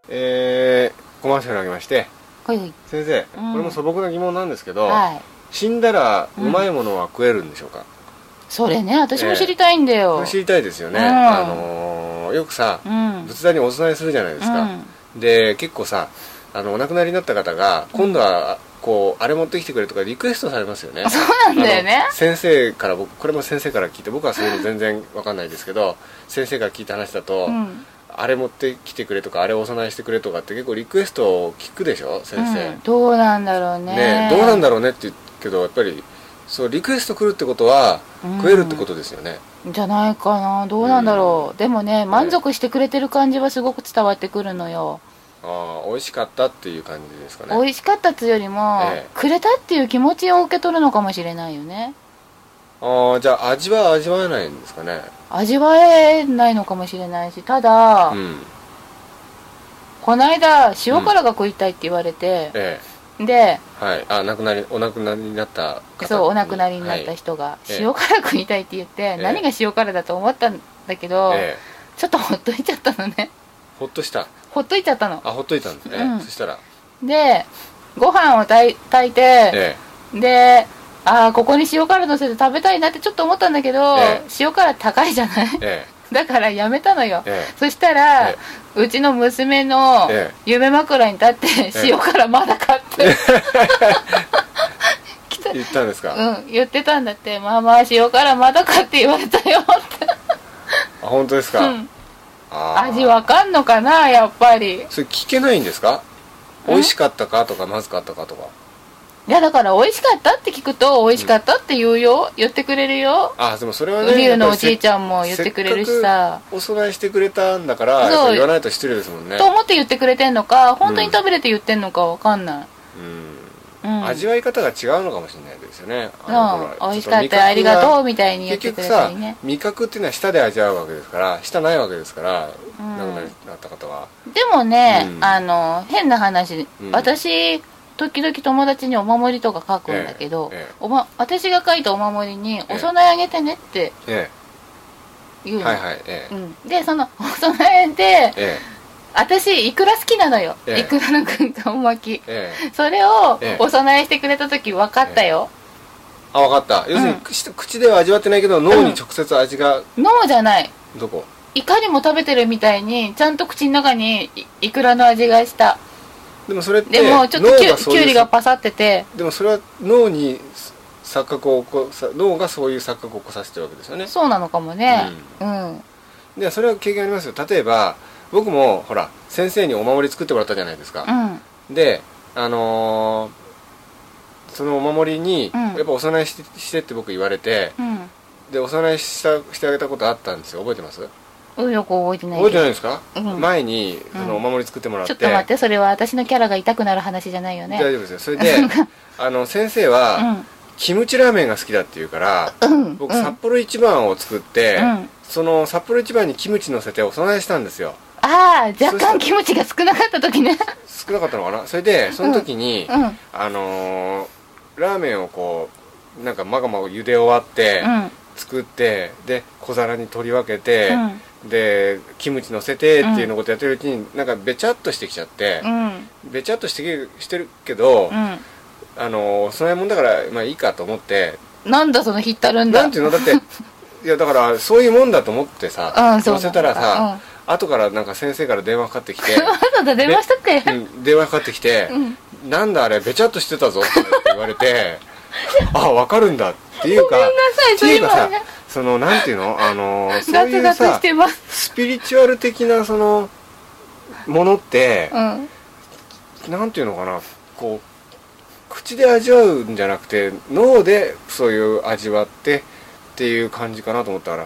Speaker 1: えーコマーシャルあげまして
Speaker 2: ほいほい
Speaker 1: 先生、
Speaker 2: うん
Speaker 1: これも素朴な疑問なんですけど、
Speaker 2: はい
Speaker 1: 死んだらうまいものは食えるんでしょうか、
Speaker 2: それね私も知りたいんだ
Speaker 1: こ
Speaker 2: よ、
Speaker 1: れ知りたいですよね、
Speaker 2: うん
Speaker 1: あのーよくさ、
Speaker 2: うん
Speaker 1: 仏壇にお供えするじゃないですか、
Speaker 2: うん
Speaker 1: で結構さあのお亡くなりになった方が今度はこうあれ持ってきてくれとかリクエストされますよね
Speaker 2: そうなんだよね
Speaker 1: あの先生から僕これも先生から聞いて僕はそういうの全然わかんないですけど先生から聞いた話だと、
Speaker 2: うん
Speaker 1: あれ持ってきてくれとかあれお供えしてくれとかって結構リクエストを聞くでしょ先生、
Speaker 2: うんどうなんだろうね
Speaker 1: ねえどうなんだろうねって言うけどやっぱりそうリクエスト来るってことは
Speaker 2: うん
Speaker 1: 食えるってことですよね、
Speaker 2: じゃないかなどうなんだろう、でもね満足してくれてる感じはすごく伝わってくるのよ、
Speaker 1: ああ美味しかったっていう感じですかね
Speaker 2: 美味しかったっつうよりも、
Speaker 1: ええ
Speaker 2: くれたっていう気持ちを受け取るのかもしれないよね
Speaker 1: ああじゃあ味は味わえないんですかね
Speaker 2: 味わえないのかもしれないしただ、
Speaker 1: うん
Speaker 2: この間塩辛が食いたいって言われて、
Speaker 1: え
Speaker 2: で
Speaker 1: えはいあ亡くなりお亡くなりになった方
Speaker 2: そうお亡くなりになった
Speaker 1: はい
Speaker 2: 人が
Speaker 1: ええ
Speaker 2: 塩辛食いたいって言って、
Speaker 1: え
Speaker 2: 何が塩辛だと思ったんだけど、
Speaker 1: ええ
Speaker 2: ちょっとほっといちゃったのね
Speaker 1: ほっとした
Speaker 2: ほっといちゃったの
Speaker 1: あほっといたんですね、
Speaker 2: うん
Speaker 1: そしたら
Speaker 2: でご飯を炊い炊いて、
Speaker 1: え
Speaker 2: でああここに塩辛のせて食べたいなってちょっと思ったんだけど、
Speaker 1: ええ
Speaker 2: 塩辛高いじゃない
Speaker 1: ええ
Speaker 2: [LAUGHS] だからやめたのよ、
Speaker 1: ええ
Speaker 2: そしたら、
Speaker 1: え
Speaker 2: うちの娘の
Speaker 1: ええ
Speaker 2: 夢枕に立って、
Speaker 1: え
Speaker 2: 塩辛まだ買って、来た
Speaker 1: え言ったんですか、あ
Speaker 2: うん、言ってたんだって「ママ塩辛まだか」って言われたよって、
Speaker 1: 本当です
Speaker 2: う
Speaker 1: か、
Speaker 2: ん、
Speaker 1: あー
Speaker 2: 味わかんのかなやっぱり
Speaker 1: それ聞けないんですか
Speaker 2: うん
Speaker 1: 美味しかったかとかまずかったかとか
Speaker 2: いやだから美味しかったって聞くと美味しかったって言うよ言ってくれるよ
Speaker 1: あでもそれはね
Speaker 2: ウリュウのお
Speaker 1: やっぱりせ
Speaker 2: じいちゃんも言ってくれるしさ
Speaker 1: せっかくお供えしてくれたんだから
Speaker 2: そう
Speaker 1: やっぱ言わないと失礼ですもんね
Speaker 2: と思って言ってくれてんのか本当に食べれて言ってんのかわかんない、
Speaker 1: うん
Speaker 2: うん、
Speaker 1: 味わい方が違うのかもしれないですよね
Speaker 2: うん美味しかったよ
Speaker 1: よ
Speaker 2: ありがとう
Speaker 1: う
Speaker 2: みたいに言
Speaker 1: 結
Speaker 2: ってく
Speaker 1: 局
Speaker 2: れた
Speaker 1: さ
Speaker 2: りね
Speaker 1: 味覚っていうのは舌で味わうわけですから舌ないわけですから、
Speaker 2: うん
Speaker 1: 亡くなりになった方は
Speaker 2: でもね、
Speaker 1: うん
Speaker 2: あの変な話、
Speaker 1: うん
Speaker 2: 私時々友達にお守りとか書くんだけど、
Speaker 1: ええええ
Speaker 2: おま、私が書いたお守りに「
Speaker 1: え
Speaker 2: お供えあげてね」って
Speaker 1: え
Speaker 2: 言う
Speaker 1: え
Speaker 2: の、
Speaker 1: はいはいええ
Speaker 2: うん、でその [LAUGHS] 「お供え」で
Speaker 1: え
Speaker 2: 私いくら好きなのよ、
Speaker 1: ええ
Speaker 2: いくらの軍艦巻き
Speaker 1: えええ
Speaker 2: それを
Speaker 1: ええ
Speaker 2: お供えしてくれた時分かったよ、
Speaker 1: あ分かった要するに、
Speaker 2: うん
Speaker 1: 口口では味わってないけど脳に直接味が、
Speaker 2: 脳じゃない
Speaker 1: どこ
Speaker 2: いかにも食べてるみたいにちゃんと口の中にいいくらの味がした
Speaker 1: でもそれって
Speaker 2: でもちょっときゅ
Speaker 1: 脳
Speaker 2: う
Speaker 1: がそう
Speaker 2: き
Speaker 1: いう
Speaker 2: ゅうりがパサってて
Speaker 1: でもそれは脳に錯覚を起こさ脳がそういう錯覚を起こさせてるわけですよね
Speaker 2: そうなのかもねうん、
Speaker 1: でそれは経験ありますよ例えば僕もほら先生にお守り作ってもらったじゃないです
Speaker 2: う
Speaker 1: か、
Speaker 2: ん
Speaker 1: であのーそのお守りに、
Speaker 2: うん
Speaker 1: やっぱお供えしてしてって僕言われて
Speaker 2: うん
Speaker 1: でお供えしたしてあげたことあったんですよ覚えてます
Speaker 2: うんよく覚えてない
Speaker 1: 覚え
Speaker 2: け
Speaker 1: て
Speaker 2: ど
Speaker 1: ないですか、
Speaker 2: うん
Speaker 1: 前に
Speaker 2: うん
Speaker 1: そのお守り作ってもらっ
Speaker 2: ち
Speaker 1: て、
Speaker 2: ょっと待ってそれは私のキャラが痛くなる話じゃないよ
Speaker 1: 大
Speaker 2: ね
Speaker 1: 丈夫ですよそれであの先生は、キムチラーメンが好きだって言うから
Speaker 2: うんうん
Speaker 1: 僕、
Speaker 2: うん
Speaker 1: 札幌一番を作って、
Speaker 2: うん
Speaker 1: その札幌一番にキムチ乗せてお供えしたんですよ
Speaker 2: ああ
Speaker 1: そ
Speaker 2: 若
Speaker 1: したら
Speaker 2: 干気持ちが少なかった時ね
Speaker 1: 少なかったのかなそれでその時に、
Speaker 2: うんうん
Speaker 1: あのーラーメンをこうなんかまがまが茹で終わって、作ってで小皿に取り分けて、でキムチ乗せてっていうのことやってるうちに、なんかべちゃっとしてきちゃって
Speaker 2: う、ん
Speaker 1: べちゃっとしてきしてるけど、
Speaker 2: うん
Speaker 1: あのーお供え物だからまあいいかと思って
Speaker 2: なんだそのひったるんだ
Speaker 1: なんていうのだ
Speaker 2: [LAUGHS]
Speaker 1: っていやだからそういうもんだと思ってさ
Speaker 2: うんそう
Speaker 1: 乗せたら
Speaker 2: なん
Speaker 1: さ
Speaker 2: だ、
Speaker 1: 後からなんか先生から電話かかって
Speaker 2: [LAUGHS]
Speaker 1: きて、
Speaker 2: わざわざ電話したって
Speaker 1: うん、電話かかってきて「なんだあれべちゃっとしてたぞ」って言われ
Speaker 2: [LAUGHS]
Speaker 1: て「あ分かるんだ」っていうか
Speaker 2: ごめんなさい
Speaker 1: っていうか
Speaker 2: そう
Speaker 1: さ
Speaker 2: いうのはね
Speaker 1: そのなんていうのあのそ
Speaker 2: ガ
Speaker 1: うい
Speaker 2: ツ
Speaker 1: う
Speaker 2: ガツし
Speaker 1: さ
Speaker 2: てます
Speaker 1: スピリチュアル的なそのものって
Speaker 2: う、ん
Speaker 1: なんていうのかなこう口で味わうんじゃなくて脳でそういう味わってっていう感じかなと思ったから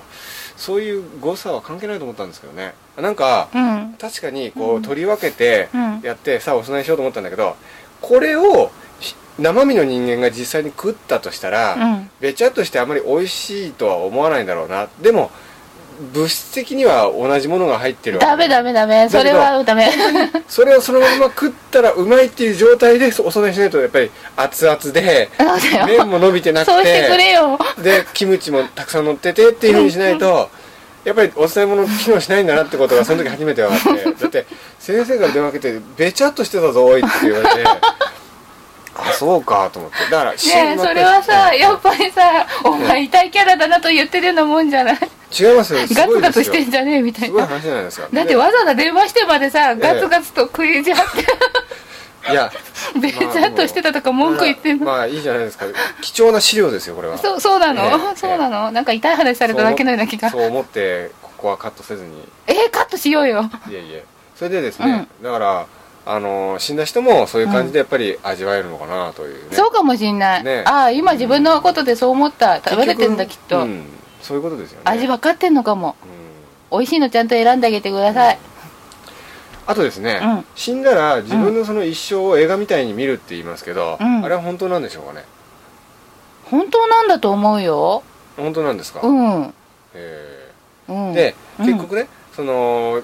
Speaker 1: そういう誤差は関係ないと思ったんですけどねなんか
Speaker 2: うん
Speaker 1: 確かにこう取り分けて
Speaker 2: うん
Speaker 1: やってさあお供えしようと思ったんだけどこれをひ生身の人間が実際に食ったとしたら、
Speaker 2: うん
Speaker 1: べちゃっとしてあまり美味しいとは思わないんだろうなでも物質的には同じものが入ってるわ
Speaker 2: ダメダメダメそれはダメ
Speaker 1: それをそのまま食ったらうまいっていう状態でお供えしないとやっぱり熱々で
Speaker 2: そうだよ
Speaker 1: 麺も伸びてなく
Speaker 2: そうしてく
Speaker 1: て
Speaker 2: れよ
Speaker 1: でキムチもたくさん乗っててっていうふうにしないとやっぱりお伝え物機能しないんだなってことがその時初めて分かってだって先生から電話かけて「べちゃっとしてたぞおい」って言われてあそうかと思ってだからね
Speaker 2: ねえそれはさやっぱりさお前痛いキャラだなと言ってるようなもんじゃない
Speaker 1: 違いますよす
Speaker 2: ガ
Speaker 1: ご
Speaker 2: ツ
Speaker 1: いで
Speaker 2: ガ
Speaker 1: す
Speaker 2: ツ
Speaker 1: よ
Speaker 2: してんじゃねえみたい
Speaker 1: すごい
Speaker 2: な
Speaker 1: 話じゃないですか
Speaker 2: だってわざわざ電話してまでさガツガツと食いじゃ
Speaker 1: [LAUGHS]
Speaker 2: っ
Speaker 1: でいや
Speaker 2: てべちゃっとしてたとか文句言ってんの
Speaker 1: まあいいじゃないですか貴重な資料ですよこれは
Speaker 2: そうそうな
Speaker 1: え
Speaker 2: の
Speaker 1: え
Speaker 2: そうなのなんか痛い話されただけのような気が
Speaker 1: そう思ってここはカットせずに
Speaker 2: えーカットしようよ
Speaker 1: いえいえそれでですね、だからあの死んだ人もそういう感じでやっぱり味わえるのかなというね、
Speaker 2: そうかもしんない、
Speaker 1: ね
Speaker 2: ああ今自分のことでそう思った食べれてんだきっ
Speaker 1: 結局う
Speaker 2: と、
Speaker 1: ん、そういうことですよね
Speaker 2: 味分かってんのかも
Speaker 1: うん
Speaker 2: 美味しいのちゃんと選んであげてください、
Speaker 1: あとですね、
Speaker 2: うん
Speaker 1: 死んだら自分のその一生を映画みたいに見るって言いますけど、
Speaker 2: うん
Speaker 1: あれは本当なんでしょうかね
Speaker 2: 本当なんだと思うよ
Speaker 1: 本当なんですか、
Speaker 2: う
Speaker 1: へ
Speaker 2: ん、
Speaker 1: え
Speaker 2: うん、
Speaker 1: で
Speaker 2: うん
Speaker 1: 結局ね、その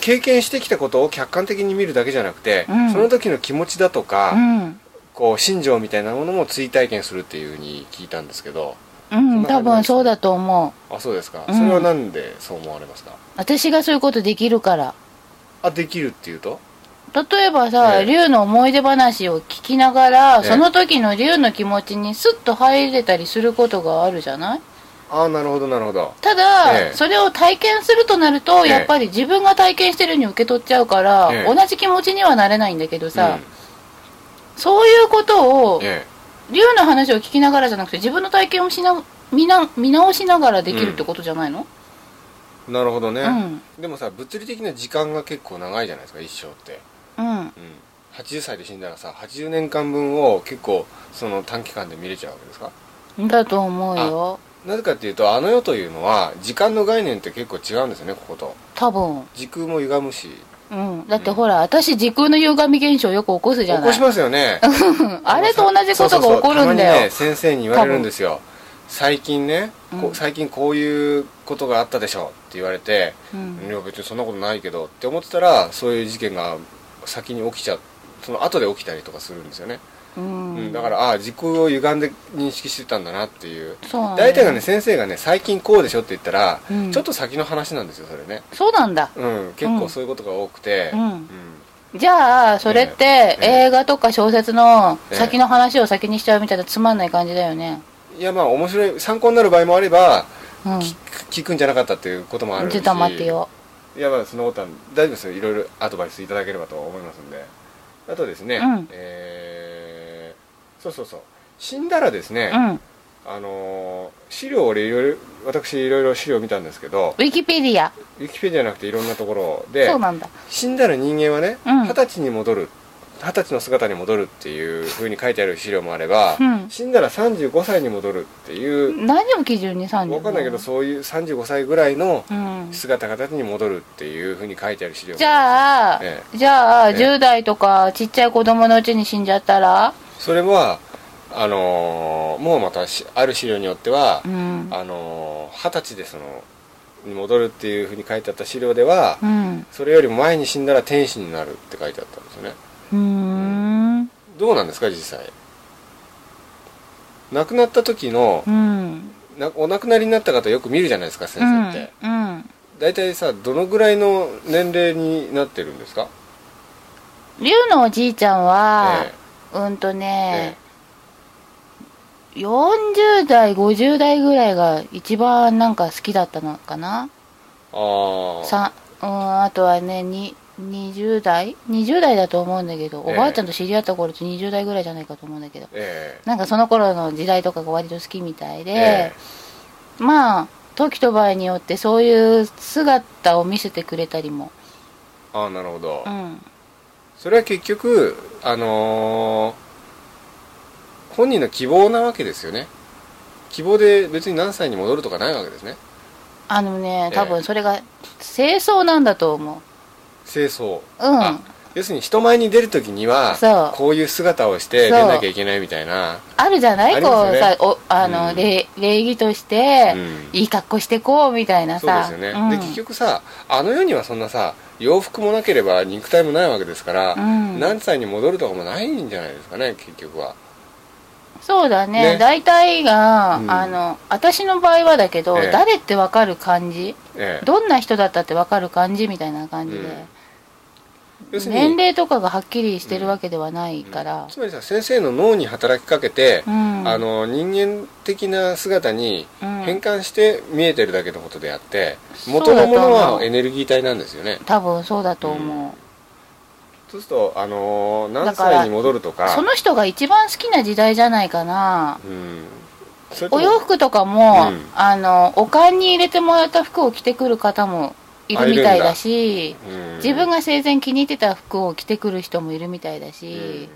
Speaker 1: 経験してきたことを客観的に見るだけじゃなくて、
Speaker 2: うん
Speaker 1: その時の気持ちだとか、
Speaker 2: うん、
Speaker 1: こう心情みたいなものも追体験するっていうふうに聞いたんですけど
Speaker 2: うん、多分そうだと思う
Speaker 1: あそうですか、
Speaker 2: うん
Speaker 1: それはなんでそう思われますか
Speaker 2: 私がそういうことできるから
Speaker 1: あできるっていうと
Speaker 2: 例えばさ、
Speaker 1: ええ
Speaker 2: 龍の思い出話を聞きながら、
Speaker 1: ええ
Speaker 2: その時の龍の気持ちにスッと入れたりすることがあるじゃない
Speaker 1: ああなるほどなるほど
Speaker 2: ただ、
Speaker 1: ええ
Speaker 2: それを体験するとなると、
Speaker 1: ええ
Speaker 2: やっぱり自分が体験してるように受け取っちゃうから、
Speaker 1: ええ
Speaker 2: 同じ気持ちにはなれないんだけどさ、
Speaker 1: うん
Speaker 2: そういうことを、
Speaker 1: え
Speaker 2: 龍の話を聞きながらじゃなくて自分の体験をしな見な見直しながらできるってことじゃないの、
Speaker 1: えなるほどね、
Speaker 2: うん
Speaker 1: でもさ物理的な時間が結構長いじゃないですか一生って、
Speaker 2: うん
Speaker 1: うん、80歳で死んだらさ80年間分を結構その短期間で見れちゃうわけですか
Speaker 2: だと思うよ
Speaker 1: なぜかっていうとあの世というのは時間の概念って結構違うんですよねここと
Speaker 2: 多分、
Speaker 1: 時空も歪むし
Speaker 2: うん、だってほら、私時空の歪み現象よく起こすじゃ
Speaker 1: 起
Speaker 2: ない
Speaker 1: こしますよね
Speaker 2: うんあれと同じことが起こるん
Speaker 1: そうそう
Speaker 2: だ
Speaker 1: そうたまにね
Speaker 2: よ
Speaker 1: 先生に言われるんですよ最近ね、こ
Speaker 2: うん
Speaker 1: 最近こういうことがあったでしょって言われて、
Speaker 2: うん
Speaker 1: いや別にそんなことないけどって思ってたらそういう事件が先に起きちゃうその後で起きたりとかするんですよね、
Speaker 2: う
Speaker 1: うんんだからああ時空を歪んで認識してたんだなっていう
Speaker 2: そうなんだよ
Speaker 1: 大体がね先生がね最近こうでしょって言ったら、
Speaker 2: うん
Speaker 1: ちょっと先の話なんですよそれね
Speaker 2: そうなんだ
Speaker 1: うん結構そういうことが多くて、
Speaker 2: うんじゃあそれって
Speaker 1: ええ
Speaker 2: 映画とか小説の
Speaker 1: ええ
Speaker 2: 先の話を先にしちゃうみたいなつまんない感じだよね
Speaker 1: いやまあ面白い参考になる場合もあれば
Speaker 2: うん
Speaker 1: 聞くんじゃなかったっていうこともあるし
Speaker 2: ちょっと待ってよ
Speaker 1: いやまあそのことは大丈夫ですよいろいろアドバイスいただければと思いますんであとですね、
Speaker 2: うん
Speaker 1: えーそうそうそう死んだらですね、
Speaker 2: うんウ
Speaker 1: あのー資料を俺いろいろ私いろいろ資料を見たんですけど
Speaker 2: ィキペディア
Speaker 1: ウィキペディアじゃなくていろんなところで
Speaker 2: そうなんだ
Speaker 1: 死んだら人間はね
Speaker 2: うん
Speaker 1: 二十歳に戻る二十歳の姿に戻るっていうふうに書いてある資料もあれば、
Speaker 2: うん
Speaker 1: 死んだら35歳に戻るっていう、
Speaker 2: 何を基準に35
Speaker 1: わかんないけどそういう35歳ぐらいの
Speaker 2: うん
Speaker 1: 姿形に戻るっていうふうに書いてある資料も
Speaker 2: じゃあ、
Speaker 1: え
Speaker 2: じゃあ、
Speaker 1: ええ
Speaker 2: 10代とかちっちゃい子供のうちに死んじゃったら
Speaker 1: それはあのーもうまたしある資料によっては
Speaker 2: う、ん
Speaker 1: あのー二十歳でそのに戻るっていうふうに書いてあった資料では、
Speaker 2: うん
Speaker 1: それよりも前に死んだら天使になるって書いてあったんですよね
Speaker 2: うーん
Speaker 1: どうなんですか実際亡くなった時の
Speaker 2: うん
Speaker 1: なお亡くなりになった方よく見るじゃないですか先生って、
Speaker 2: うん
Speaker 1: 大体さどのぐらいの年齢になってるんですか
Speaker 2: 龍のおじいちゃんは、
Speaker 1: え
Speaker 2: うんと
Speaker 1: え
Speaker 2: ね、40代50代ぐらいが一番なんか好きだったのかな
Speaker 1: ああー
Speaker 2: さうんあとはねに20代20代だと思うんだけど
Speaker 1: ええ
Speaker 2: おばあちゃんと知り合った頃って20代ぐらいじゃないかと思うんだけど
Speaker 1: え
Speaker 2: なんかその頃の時代とかが割と好きみたいで、
Speaker 1: ええ
Speaker 2: まあ時と場合によってそういう姿を見せてくれたりも
Speaker 1: ああなるほど、
Speaker 2: うん
Speaker 1: それは結局あのー本人の希望なわけですよね希望で別に何歳に戻るとかないわけですね
Speaker 2: あの
Speaker 1: え
Speaker 2: ね
Speaker 1: え
Speaker 2: 多分それが清掃なんだと思う
Speaker 1: 清掃
Speaker 2: うん
Speaker 1: あ要するに人前に出る時には
Speaker 2: そう
Speaker 1: こういう姿をして出
Speaker 2: そう
Speaker 1: なきゃいけないみたいな
Speaker 2: あるじゃない
Speaker 1: あり
Speaker 2: こ
Speaker 1: ま
Speaker 2: う
Speaker 1: すよね
Speaker 2: さおあの、
Speaker 1: うん
Speaker 2: 礼礼儀として、
Speaker 1: うん
Speaker 2: いい格好してこうみたいな
Speaker 1: そうで
Speaker 2: さ
Speaker 1: すよね、
Speaker 2: うん
Speaker 1: で結局さあの世にはそんなさ洋服もなければ肉体もないわけですから、
Speaker 2: うん
Speaker 1: 何歳に戻るとかもないんじゃないですかね結局は
Speaker 2: そうだね
Speaker 1: ね
Speaker 2: 大体が、
Speaker 1: うん
Speaker 2: あの私の場合はだけど、
Speaker 1: ええ
Speaker 2: 誰ってわかる感じ
Speaker 1: ええ
Speaker 2: どんな人だったってわかる感じみたいな感じで、
Speaker 1: 要するに
Speaker 2: 年齢とかがはっきりしてるわけではないから、
Speaker 1: つまりさ先生の脳に働きかけて、
Speaker 2: うん
Speaker 1: あの人間的な姿に
Speaker 2: うん
Speaker 1: 変換して見えてるだけのことであって、
Speaker 2: うん
Speaker 1: 元のもの
Speaker 2: そうだと思
Speaker 1: は
Speaker 2: う
Speaker 1: エネルギー体なんですよね
Speaker 2: 多分そうだと思う、
Speaker 1: そうすると、あのー
Speaker 2: だ
Speaker 1: 何
Speaker 2: から
Speaker 1: 歳に戻るとか
Speaker 2: その人が一番好きな時代じゃないかな
Speaker 1: うんそれと
Speaker 2: お
Speaker 1: も
Speaker 2: 洋服とかも、
Speaker 1: うん
Speaker 2: あのお棺に入れてもらった服を着てくる方もいるみたいだし
Speaker 1: うん
Speaker 2: 自分が生前気に入ってた服を着てくる人もいるみたいだし、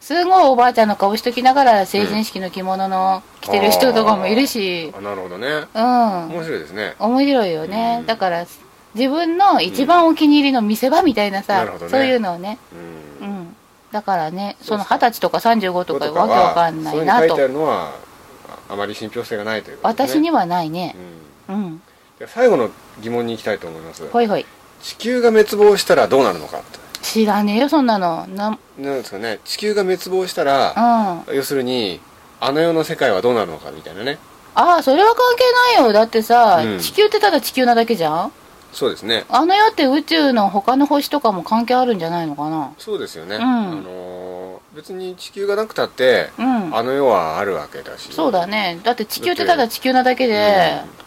Speaker 2: すごいおばあちゃんの顔しときながら成人式の着物の着てる人とかもいるし
Speaker 1: あなるほどね
Speaker 2: うん
Speaker 1: 面白いですね
Speaker 2: 面白いよね、
Speaker 1: うん
Speaker 2: だから自分の一番お気に入りの見せ場みたいな
Speaker 1: な
Speaker 2: さ
Speaker 1: るほどね
Speaker 2: そういうのをね、
Speaker 1: うん
Speaker 2: うん、だからねそ
Speaker 1: そう
Speaker 2: の
Speaker 1: で
Speaker 2: 二
Speaker 1: すか
Speaker 2: 十歳とか35とかわけわかんな
Speaker 1: そうい
Speaker 2: いう
Speaker 1: の
Speaker 2: な
Speaker 1: 書い
Speaker 2: と
Speaker 1: てあるのはあまり信憑性がないということですね
Speaker 2: 私にはないね
Speaker 1: う。ん
Speaker 2: うん。
Speaker 1: じゃあ最後の疑問に行きたいと思います
Speaker 2: ほいほい。
Speaker 1: 地球が滅亡したらどうなるのかって
Speaker 2: 知らねえよ、そんなの。な、
Speaker 1: なんですかね地球が滅亡したら
Speaker 2: うん。
Speaker 1: 要するにあの世の世界はどうなるのかみたいなね
Speaker 2: ああ、それは関係ないよ。だってさ、
Speaker 1: うん
Speaker 2: 地球ってただ地球なだけじゃん
Speaker 1: そうですね
Speaker 2: あの世って宇宙の他の星とかも関係あるんじゃないのかな
Speaker 1: そうですよね、
Speaker 2: うん
Speaker 1: あのー別に地球がなくたって
Speaker 2: うん。
Speaker 1: あの世はあるわけだし
Speaker 2: そうだね。だって地球ってただ地球なだ
Speaker 1: う
Speaker 2: け
Speaker 1: ん
Speaker 2: で、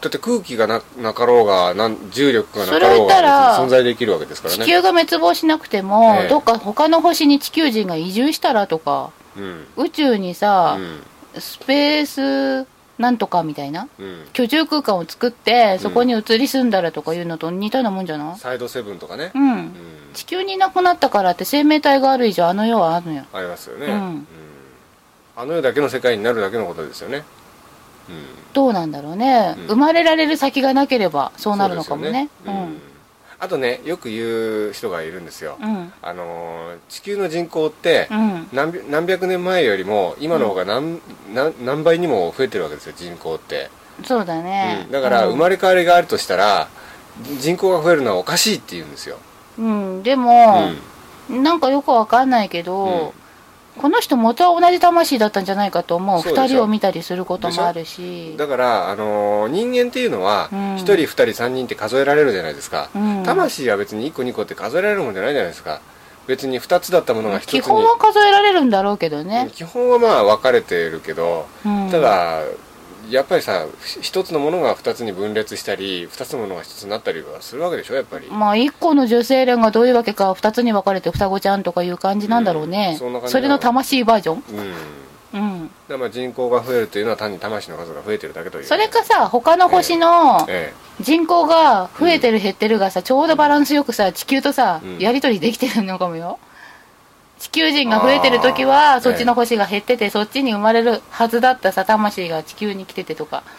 Speaker 1: だって空気がななかろうがなん重力がなか
Speaker 2: それ
Speaker 1: ろ
Speaker 2: 言
Speaker 1: う
Speaker 2: ったら
Speaker 1: が別に存在できるわけですからね
Speaker 2: 地球が滅亡しなくても、
Speaker 1: ええ
Speaker 2: どっか他の星に地球人が移住したらとか、
Speaker 1: うん
Speaker 2: 宇宙にさ
Speaker 1: う、ん
Speaker 2: スペースなんとかみたいな、
Speaker 1: うん
Speaker 2: 居住空間を作って、そこに移り住んだらとかいうのと似たようなもんじゃない
Speaker 1: サイドセブンとかね、
Speaker 2: うん。
Speaker 1: うん
Speaker 2: 地球にいなくなったからって生命体がある以上あの世はあるのよ。
Speaker 1: ありますよね、
Speaker 2: うん
Speaker 1: あの世だけの世界になるだけのことですよね、うん、
Speaker 2: どうなんだろうね。
Speaker 1: うん
Speaker 2: 生まれられる先がなければそうなるのかもね。
Speaker 1: そうですようんあとねよく言う人がいるんですよ、
Speaker 2: うん。うん。
Speaker 1: あのー地球の人口って
Speaker 2: うん。
Speaker 1: 何百何百年前よりも今の方が何,、何何倍にも増えてるわけですよ人口って、
Speaker 2: そうだね。
Speaker 1: うんだから
Speaker 2: うん
Speaker 1: 生まれ変わりがあるとしたら人口が増えるのはおかしいって言うんですよ、
Speaker 2: うん、で
Speaker 1: う
Speaker 2: も、なんかよくわかんないけど、この人元は同じ魂だったんじゃないかと思う
Speaker 1: そうでしょ
Speaker 2: 二人を見たりすることもあるし
Speaker 1: だから、あのー人間っていうのは
Speaker 2: うん
Speaker 1: 1人2人3人って数えられるじゃないですか、
Speaker 2: うん
Speaker 1: 魂は別に1個2個って数えられるもんじゃないじゃないですか別に2つだったものが1つに
Speaker 2: 基本は数えられるんだろうけどね、
Speaker 1: 基本はまあ分かれてるけど、
Speaker 2: うん、
Speaker 1: ただやっぱりさ一つのものが二つに分裂したり二つのものが一つになったりはするわけでしょやっぱり
Speaker 2: まあ一個の女性連がどういうわけか二つに分かれて双子ちゃんとかいう感じなんだろうね、
Speaker 1: うんそんな感じ
Speaker 2: れの魂バージョン
Speaker 1: うんだか
Speaker 2: うん
Speaker 1: らまあ人口が増えるというのは単に魂の数が増えてるだけという
Speaker 2: それかさ他の星の
Speaker 1: え
Speaker 2: 人口が増えてる減ってるがさちょうどバランスよくさ地球とさ、
Speaker 1: うん
Speaker 2: やり取りできてるのかもよ地球人が増えてる時は
Speaker 1: あー
Speaker 2: そっちの星が減ってて、そっちに生まれるはずだったさ魂が地球に来ててとか
Speaker 1: え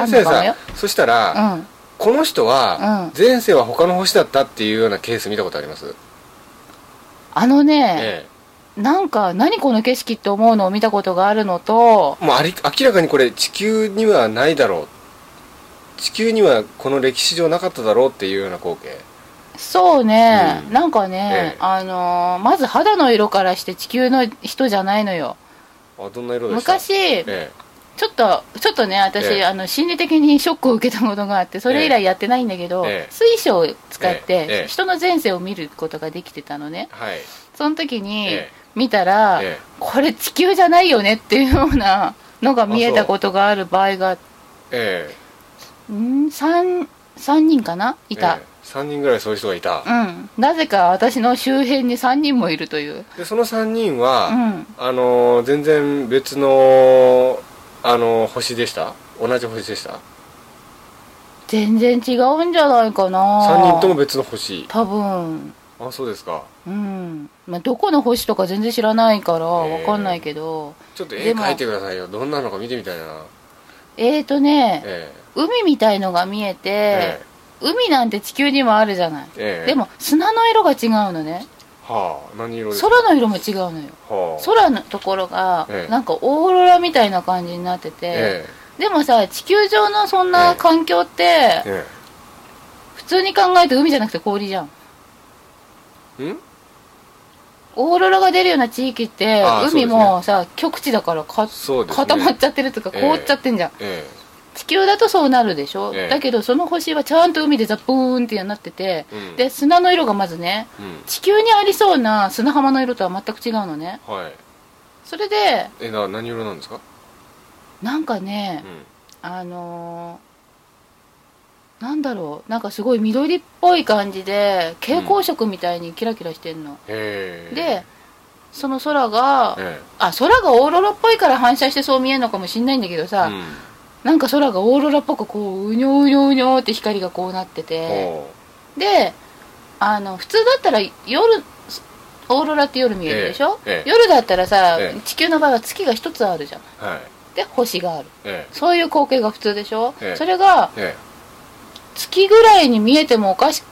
Speaker 2: あ
Speaker 1: 先
Speaker 2: んの
Speaker 1: 生
Speaker 2: かもよ
Speaker 1: さそした
Speaker 2: う
Speaker 1: ら、
Speaker 2: ん
Speaker 1: この人
Speaker 2: う
Speaker 1: は
Speaker 2: ん
Speaker 1: 前世は他の星だったっていうようなケース見たことあります、
Speaker 2: あのね、
Speaker 1: え
Speaker 2: なんか何この景色って思うのを見たことがあるのと
Speaker 1: えもうあり明らかにこれ地球にはないだろう地球にはこの歴史上なかっただろうっていうような光景
Speaker 2: そうね、
Speaker 1: うん
Speaker 2: なんかね、
Speaker 1: ええ
Speaker 2: あのーまず肌の色からして地球の人じゃないのよ
Speaker 1: あどんな色でした
Speaker 2: 昔、
Speaker 1: え
Speaker 2: ちょっと、ちょっとね、私、
Speaker 1: ええ
Speaker 2: あの心理的にショックを受けたことがあって、それ以来やってないんだけど、
Speaker 1: ええ
Speaker 2: 水晶を使っ
Speaker 1: えええ
Speaker 2: て
Speaker 1: え、
Speaker 2: 人の前世を見ることができてたのね
Speaker 1: え、はい
Speaker 2: その時に
Speaker 1: ええ
Speaker 2: 見たら、
Speaker 1: ええ
Speaker 2: これ、地球じゃないよねっていうようなのが見えたことがある場合が、
Speaker 1: ええ
Speaker 2: ん3、三人かないた、
Speaker 1: 3人ぐらいそういう人がいた、
Speaker 2: うん、なぜか私の周辺に3人もいるという、
Speaker 1: でその3人
Speaker 2: う
Speaker 1: は、
Speaker 2: ん、
Speaker 1: あのー全然別の、あのー星でした同じ星でした
Speaker 2: 全然違うんじゃないかな、
Speaker 1: 3人とも別の星
Speaker 2: 多分
Speaker 1: あそうですか
Speaker 2: うんまあ、どこの星とか全然知らないから
Speaker 1: え
Speaker 2: わかんないけど、
Speaker 1: ちょっと絵
Speaker 2: でも
Speaker 1: 描いてくださいよどんなのか見てみたいな
Speaker 2: えー、とね
Speaker 1: え
Speaker 2: 海みたいのが見え
Speaker 1: え
Speaker 2: て
Speaker 1: え、
Speaker 2: 海なんて地球にもあるじゃない、
Speaker 1: ええ
Speaker 2: でも砂の色が違うのね
Speaker 1: はあ何色ですか
Speaker 2: 空の色も違うのよ
Speaker 1: はあ
Speaker 2: 空のところが
Speaker 1: ええ
Speaker 2: なんかオーロラみたいな感じになってて、
Speaker 1: え
Speaker 2: でもさ地球上のそん
Speaker 1: え
Speaker 2: な
Speaker 1: え
Speaker 2: 環境って
Speaker 1: ええ
Speaker 2: 普通に考えて海じゃなくて氷じゃん
Speaker 1: えん
Speaker 2: オーロラが出るような地域って
Speaker 1: ああ
Speaker 2: 海もさ、極地だからか
Speaker 1: そうですね
Speaker 2: 固まっちゃってるとか
Speaker 1: ええ
Speaker 2: 凍っちゃってんじゃん、
Speaker 1: え
Speaker 2: 地球だとそうなるでしょ、
Speaker 1: ええ
Speaker 2: だけどその星はちゃんと海でザブーンってなってて、
Speaker 1: えうん
Speaker 2: で砂の色がまずね
Speaker 1: うん
Speaker 2: 地球にありそうな砂浜の色とは全く違うのね
Speaker 1: はい
Speaker 2: それで
Speaker 1: えな何色なんですか
Speaker 2: なんかね
Speaker 1: う、ん
Speaker 2: あのーなんだろうなんかすごい緑っぽい感じで蛍光色みたいにキラキラしてんの、
Speaker 1: へえ
Speaker 2: でその空が、
Speaker 1: え
Speaker 2: あ空がオーロラっぽいから反射してそう見えるのかもしんないんだけど
Speaker 1: え
Speaker 2: さ、
Speaker 1: うん
Speaker 2: なんか空がオーロラっぽくこううにょうにょうにょって光がこうなってて、
Speaker 1: ほ
Speaker 2: であの普通だったら夜オーロラって夜見えるでしょ、
Speaker 1: ええええ
Speaker 2: 夜だったらさ、
Speaker 1: ええ
Speaker 2: 地球の場合は月が一つあるじゃん
Speaker 1: うはい
Speaker 2: で星がある
Speaker 1: え
Speaker 2: そういう光景が普通でしょ、
Speaker 1: ええ
Speaker 2: それが
Speaker 1: ええ
Speaker 2: 月ぐらいに見えてもおかし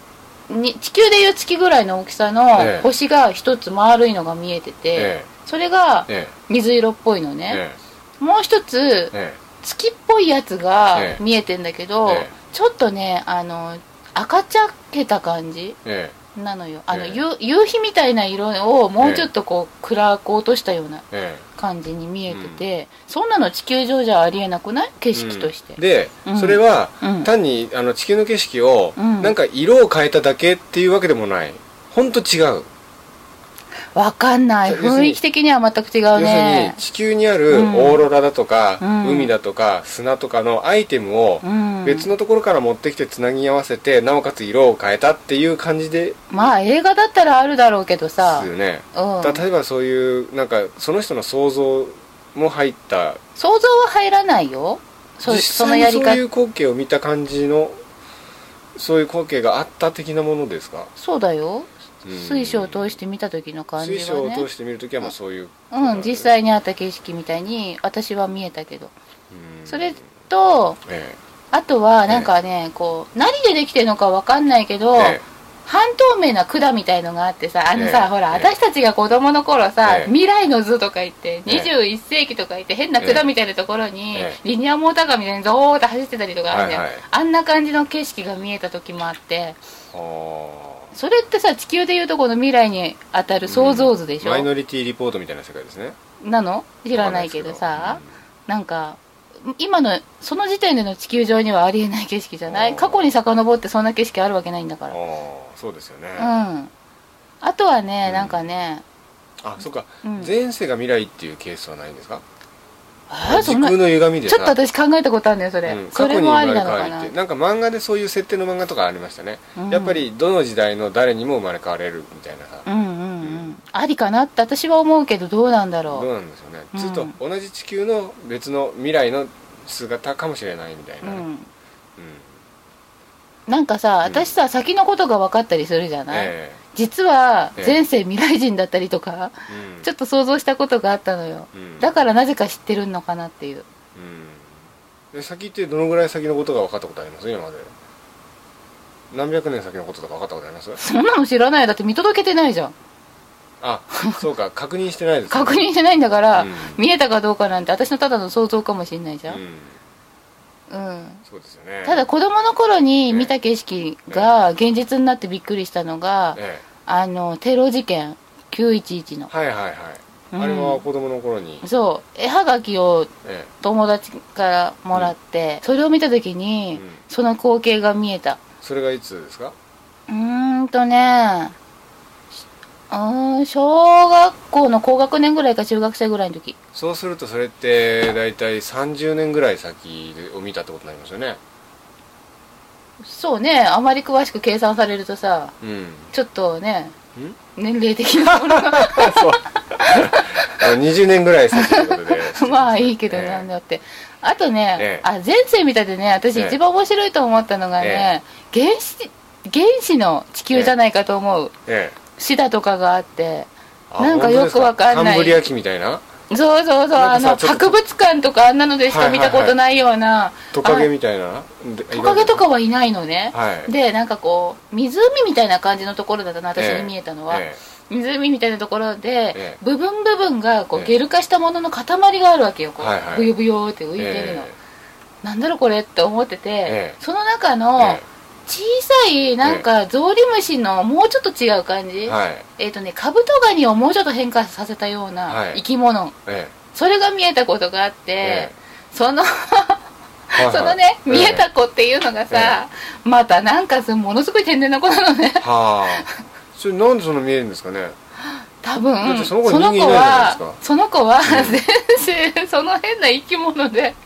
Speaker 2: に地球でいう月ぐらいの大きさ
Speaker 1: え
Speaker 2: の
Speaker 1: え
Speaker 2: 星が一つ丸いのが見えてて、
Speaker 1: え
Speaker 2: それが
Speaker 1: えええ
Speaker 2: 水色っぽいのね、
Speaker 1: え
Speaker 2: もう一つ
Speaker 1: ええ
Speaker 2: 月っぽいやつが
Speaker 1: ええ
Speaker 2: 見えてんだけど、
Speaker 1: ええ
Speaker 2: ちょっとねあの赤茶けた感じ
Speaker 1: え
Speaker 2: なのよあの、
Speaker 1: ええ
Speaker 2: 夕夕日みたいな色をもうちょっとこう暗く落としたような
Speaker 1: ええ
Speaker 2: 感じに見えてて、そんなの地球上じゃありえなくない景
Speaker 1: え
Speaker 2: 色として、
Speaker 1: うんで、
Speaker 2: うん
Speaker 1: それは、
Speaker 2: うん
Speaker 1: 単にあの地球の景色を、
Speaker 2: うん
Speaker 1: なんか色を変えただけっていうわけでもない本当違う
Speaker 2: わかんない
Speaker 1: 要するに
Speaker 2: 雰囲気的には全く違
Speaker 1: 要
Speaker 2: う
Speaker 1: するに
Speaker 2: ね
Speaker 1: 地球にあるオ
Speaker 2: うん
Speaker 1: ーロラだとか、
Speaker 2: うん
Speaker 1: 海だとか砂とかのアイテムを
Speaker 2: うん
Speaker 1: 別のところから持ってきてつなぎ合わせてなおかつ色を変えたっていう感じで
Speaker 2: まあ映画だったらあるだろうけどさ
Speaker 1: すよね、
Speaker 2: うん
Speaker 1: だ例えばそういうなんかその人の想像も入った
Speaker 2: 想像は入らないよそ
Speaker 1: 実
Speaker 2: その
Speaker 1: 際
Speaker 2: や
Speaker 1: に
Speaker 2: り
Speaker 1: そう
Speaker 2: 方
Speaker 1: いう光景を見た感じのそういう光景があった的なものですか
Speaker 2: そうだよ
Speaker 1: うん
Speaker 2: 水晶を通して見た時の感じ
Speaker 1: 水
Speaker 2: は
Speaker 1: 晶を
Speaker 2: ね
Speaker 1: 通して見るときはもうそういう
Speaker 2: うん実際にあった景色みたいに私は見えたけど
Speaker 1: うん
Speaker 2: それと
Speaker 1: え
Speaker 2: あとはなんかね、こう何でできてるのかわかんないけど、
Speaker 1: ええ
Speaker 2: 半透明な管みたいのがあってさあのさ、
Speaker 1: ええ
Speaker 2: ほら、
Speaker 1: ええ
Speaker 2: 私たちが子供の頃さ、
Speaker 1: ええ
Speaker 2: 未来の図とか言って、
Speaker 1: ええ
Speaker 2: 21世紀とか言って変な管みたいなところに、
Speaker 1: ええ
Speaker 2: リニアモーターカーみたいにゾーッと走ってたりとかあるんだよ、
Speaker 1: はいはい
Speaker 2: あんな感じの景色が見えた時もあって
Speaker 1: えは
Speaker 2: それってさ地球でいうとこの未来に当た
Speaker 1: あ
Speaker 2: る想像図でし
Speaker 1: うん
Speaker 2: ょ、
Speaker 1: マイノリティリポートみたいな世界ですね
Speaker 2: なの知らないけどさ、
Speaker 1: わかんないですけど
Speaker 2: なんか今のその時点での地球上にはありえない景色じゃな
Speaker 1: お
Speaker 2: い
Speaker 1: ー
Speaker 2: 過去に遡ってそんな景色あるわけないんだか
Speaker 1: うん
Speaker 2: ら
Speaker 1: ああそうですよね、
Speaker 2: うんあとはね、
Speaker 1: うん
Speaker 2: なんかね、
Speaker 1: あそっか、
Speaker 2: うん
Speaker 1: 前世が未来っていうケースはないんですか
Speaker 2: あー
Speaker 1: 時
Speaker 2: そんな
Speaker 1: 空
Speaker 2: ちょ
Speaker 1: の歪みで
Speaker 2: っと私考えたことあるんだよそれ、
Speaker 1: うん
Speaker 2: それもありなの
Speaker 1: 過去
Speaker 2: か
Speaker 1: に生まれ変わ
Speaker 2: な
Speaker 1: りってなんか漫画でそういう設定の漫画とかありましたね、
Speaker 2: うん
Speaker 1: やっぱりどの時代の誰にも生まれ変われるみたいなさ、
Speaker 2: うんうんう
Speaker 1: うん
Speaker 2: ありかなって私は思うけどどうなんだろ
Speaker 1: ど
Speaker 2: う
Speaker 1: うなんですよね、
Speaker 2: うん
Speaker 1: ずっと同じ地球の別の未来の姿かもしれないみたいうなね、うん
Speaker 2: んなんかさ
Speaker 1: ん
Speaker 2: 私さ、先のことが分かったりするじゃない、
Speaker 1: え
Speaker 2: 実は
Speaker 1: ええ
Speaker 2: 前世未来人だったりとか、
Speaker 1: えうん
Speaker 2: ちょっと想像したことがあったのよ、
Speaker 1: うん
Speaker 2: だからなぜか知ってるのかなっていう
Speaker 1: うんで先ってどのぐらい先のことが分かったことあります今まで何百年先のこととか分かったことあります
Speaker 2: そんなの知らないよだって見届けてないじゃん [LAUGHS]
Speaker 1: あそうか確認してないですね
Speaker 2: 確認してないんだから、
Speaker 1: うん
Speaker 2: 見えたかどうかなんて私のただの想像かもしれないじゃん、
Speaker 1: うん
Speaker 2: うん、
Speaker 1: そうですよね
Speaker 2: ただ子供の頃に見た景色が現実になってびっくりしたのが、
Speaker 1: え
Speaker 2: あのテロ事件911
Speaker 1: え
Speaker 2: の
Speaker 1: はいはいはい、
Speaker 2: うん
Speaker 1: あれは子供の頃に、
Speaker 2: そう絵はがきを
Speaker 1: え
Speaker 2: 友達からもらって、それを見た時
Speaker 1: えう
Speaker 2: に、
Speaker 1: ん
Speaker 2: その光景が見えた
Speaker 1: それがいつですか
Speaker 2: うーんとねうーん小学校の高学年ぐらいか中学生ぐらいの時
Speaker 1: そうするとそれって大体30年ぐらい先を見たってことになりますよね
Speaker 2: そうねあまり詳しく計算されるとさ
Speaker 1: うん
Speaker 2: ちょっとね年齢的なもの
Speaker 1: [LAUGHS]
Speaker 2: が [LAUGHS]
Speaker 1: あの20年ぐらい先ということで
Speaker 2: まあいいけど
Speaker 1: ええ
Speaker 2: なんだって、あとね、
Speaker 1: ええ
Speaker 2: あ前世見たでね私
Speaker 1: ええ
Speaker 2: 一番面白いと思ったのがね、原始原始の地球じゃないかと思う、
Speaker 1: ええ
Speaker 2: シダとかがあって
Speaker 1: あ
Speaker 2: なんかよくわかんな
Speaker 1: 本当です
Speaker 2: い
Speaker 1: カンブリア紀みたいな
Speaker 2: そうそうそう
Speaker 1: な
Speaker 2: あ
Speaker 1: んかさ
Speaker 2: の
Speaker 1: ちょっと
Speaker 2: 博物館とかあんなのでしか見たことないような、
Speaker 1: トカゲみたいなで
Speaker 2: トカゲとかはいないのね、
Speaker 1: はい
Speaker 2: でなんかこう湖みたいな感じのところだったな私
Speaker 1: ええ
Speaker 2: に見えたのは、
Speaker 1: え
Speaker 2: 湖みたいなところで、
Speaker 1: ええ
Speaker 2: 部分部分がこう、
Speaker 1: ええ
Speaker 2: ゲル化したものの塊があるわけよこう、
Speaker 1: はいはい
Speaker 2: ブヨブヨって浮
Speaker 1: え
Speaker 2: いてるの、
Speaker 1: え
Speaker 2: なんだろうこれって思ってて、
Speaker 1: ええ
Speaker 2: その中
Speaker 1: え
Speaker 2: の小さいなんかゾウリムシのもうちょっと違う感じ、
Speaker 1: えはい
Speaker 2: えっ、とねカブトガニをもうちょっと変化させたよう
Speaker 1: は
Speaker 2: ない生き物、
Speaker 1: え
Speaker 2: それが見えたことがあって、
Speaker 1: ええ
Speaker 2: その
Speaker 1: えはいはい
Speaker 2: そのね、
Speaker 1: ええ
Speaker 2: 見えた子っていうのがさ、またなんかすものすごい天然な子なのね
Speaker 1: はあそれなんでそんな見えるんですかね
Speaker 2: 多
Speaker 1: だっ
Speaker 2: 分
Speaker 1: てその子人間いないじゃない
Speaker 2: は
Speaker 1: です
Speaker 2: その子は全然その変な生き物で [LAUGHS]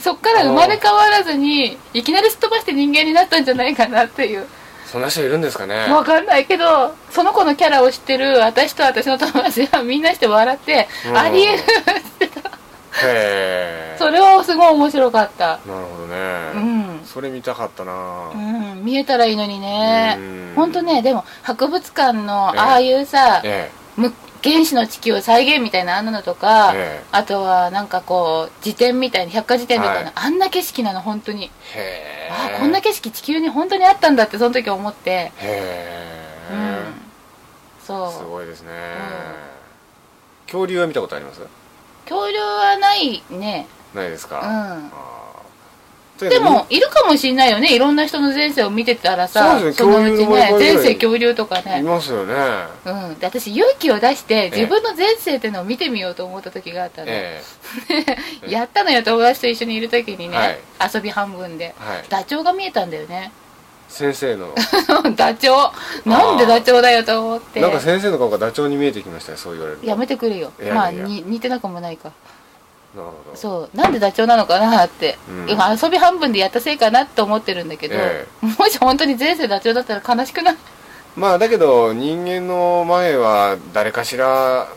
Speaker 2: そっから生まれ変わらずにいきなりすっ飛ばして人間になったんじゃないかなっていう
Speaker 1: そんな人いるんですかね
Speaker 2: わかんないけどその子のキャラを知ってる私と私の友達はみんなして笑って
Speaker 1: うん
Speaker 2: ありえる
Speaker 1: へえ
Speaker 2: それはすごい面白かっ
Speaker 1: な
Speaker 2: た
Speaker 1: るほど
Speaker 2: う
Speaker 1: ね、
Speaker 2: ん
Speaker 1: それ見たかったな
Speaker 2: うん、見えたらいいのにね
Speaker 1: うん
Speaker 2: 本当ねでも博物館の
Speaker 1: ええ
Speaker 2: ああいうさ、
Speaker 1: え
Speaker 2: む原始の地球を再現みたいなあんなのとか、
Speaker 1: ええ
Speaker 2: あとはなんかこう辞典みたいな百科事典とかの、
Speaker 1: はい
Speaker 2: あんな景色なの本当に、
Speaker 1: えへえ
Speaker 2: ああこんな景色地球に本当にあったんだってその時思って、
Speaker 1: へ
Speaker 2: うん
Speaker 1: え、す
Speaker 2: そう
Speaker 1: ごいですね、恐竜は見たことあります
Speaker 2: 恐竜はないね
Speaker 1: ないですか、
Speaker 2: うん
Speaker 1: あーとにか
Speaker 2: で
Speaker 1: く
Speaker 2: もいるかもしれないよねいろんな人の前世を見てたらさ
Speaker 1: そうですね
Speaker 2: のうち
Speaker 1: 恐竜の森
Speaker 2: ね
Speaker 1: ぐらい
Speaker 2: 前世恐竜とか
Speaker 1: い
Speaker 2: ね、
Speaker 1: ますよね、
Speaker 2: うん、で私勇気を出して
Speaker 1: え
Speaker 2: 自分の前世ってのを見てみようと思った時があったの、
Speaker 1: ええ
Speaker 2: やったのよ友達と一緒にいる時にね、
Speaker 1: はい
Speaker 2: 遊び半分で
Speaker 1: えはい
Speaker 2: ダチョウが見えたんだよね
Speaker 1: 先生
Speaker 2: [LAUGHS]
Speaker 1: の
Speaker 2: ダチョウなんでダチョウだよと思って
Speaker 1: なんか先生の顔がダチョウに見えてきましたねそう言われると
Speaker 2: やめてくれよ
Speaker 1: いやいや
Speaker 2: まあに似てなくもないか
Speaker 1: なるほど
Speaker 2: そうなんでダチョウなのかなって、
Speaker 1: うん
Speaker 2: 今遊び半分でやったせいかなと思ってるんだけど、
Speaker 1: え
Speaker 2: もし本当に前世ダチョウだったら悲しくない
Speaker 1: まあだけど人間の前は誰かしら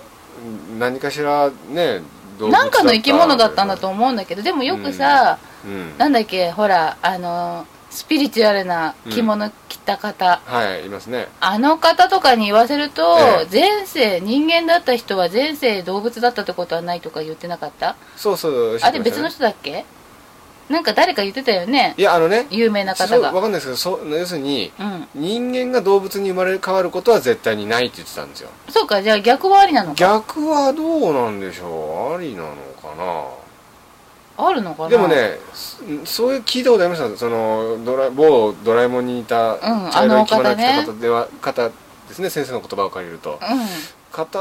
Speaker 1: 何かしらね動物だ
Speaker 2: な
Speaker 1: った
Speaker 2: んかの生き物だったんだと思うんだけどでもよくさ、
Speaker 1: うん
Speaker 2: なんだっけほらあのスピリチュアルな着物着た方、
Speaker 1: はいいますね
Speaker 2: あの方とかに言わせると、
Speaker 1: ええ
Speaker 2: 前世人間だった人は前世動物だったってことはないとか言ってなかった
Speaker 1: そうそう
Speaker 2: あれ別の人だっけなんか誰か言ってたよね
Speaker 1: いやあのね
Speaker 2: 有名な方
Speaker 1: わか
Speaker 2: が
Speaker 1: んないですけどそう要するに
Speaker 2: うん
Speaker 1: 人間が動物に生まれ変わることは絶対にないって言ってたんですよ
Speaker 2: そうかじゃあ逆はありなのか
Speaker 1: 逆はどうなんでしょうありなのかな
Speaker 2: あるのかな
Speaker 1: でもねそそういう聞いたことありましたそのドラ某ドラえもんにいた
Speaker 2: ん
Speaker 1: 茶色い着
Speaker 2: あの
Speaker 1: 物を
Speaker 2: お方
Speaker 1: 着た
Speaker 2: ね
Speaker 1: 方では、方ですね先生の言葉を借りると
Speaker 2: う
Speaker 1: 方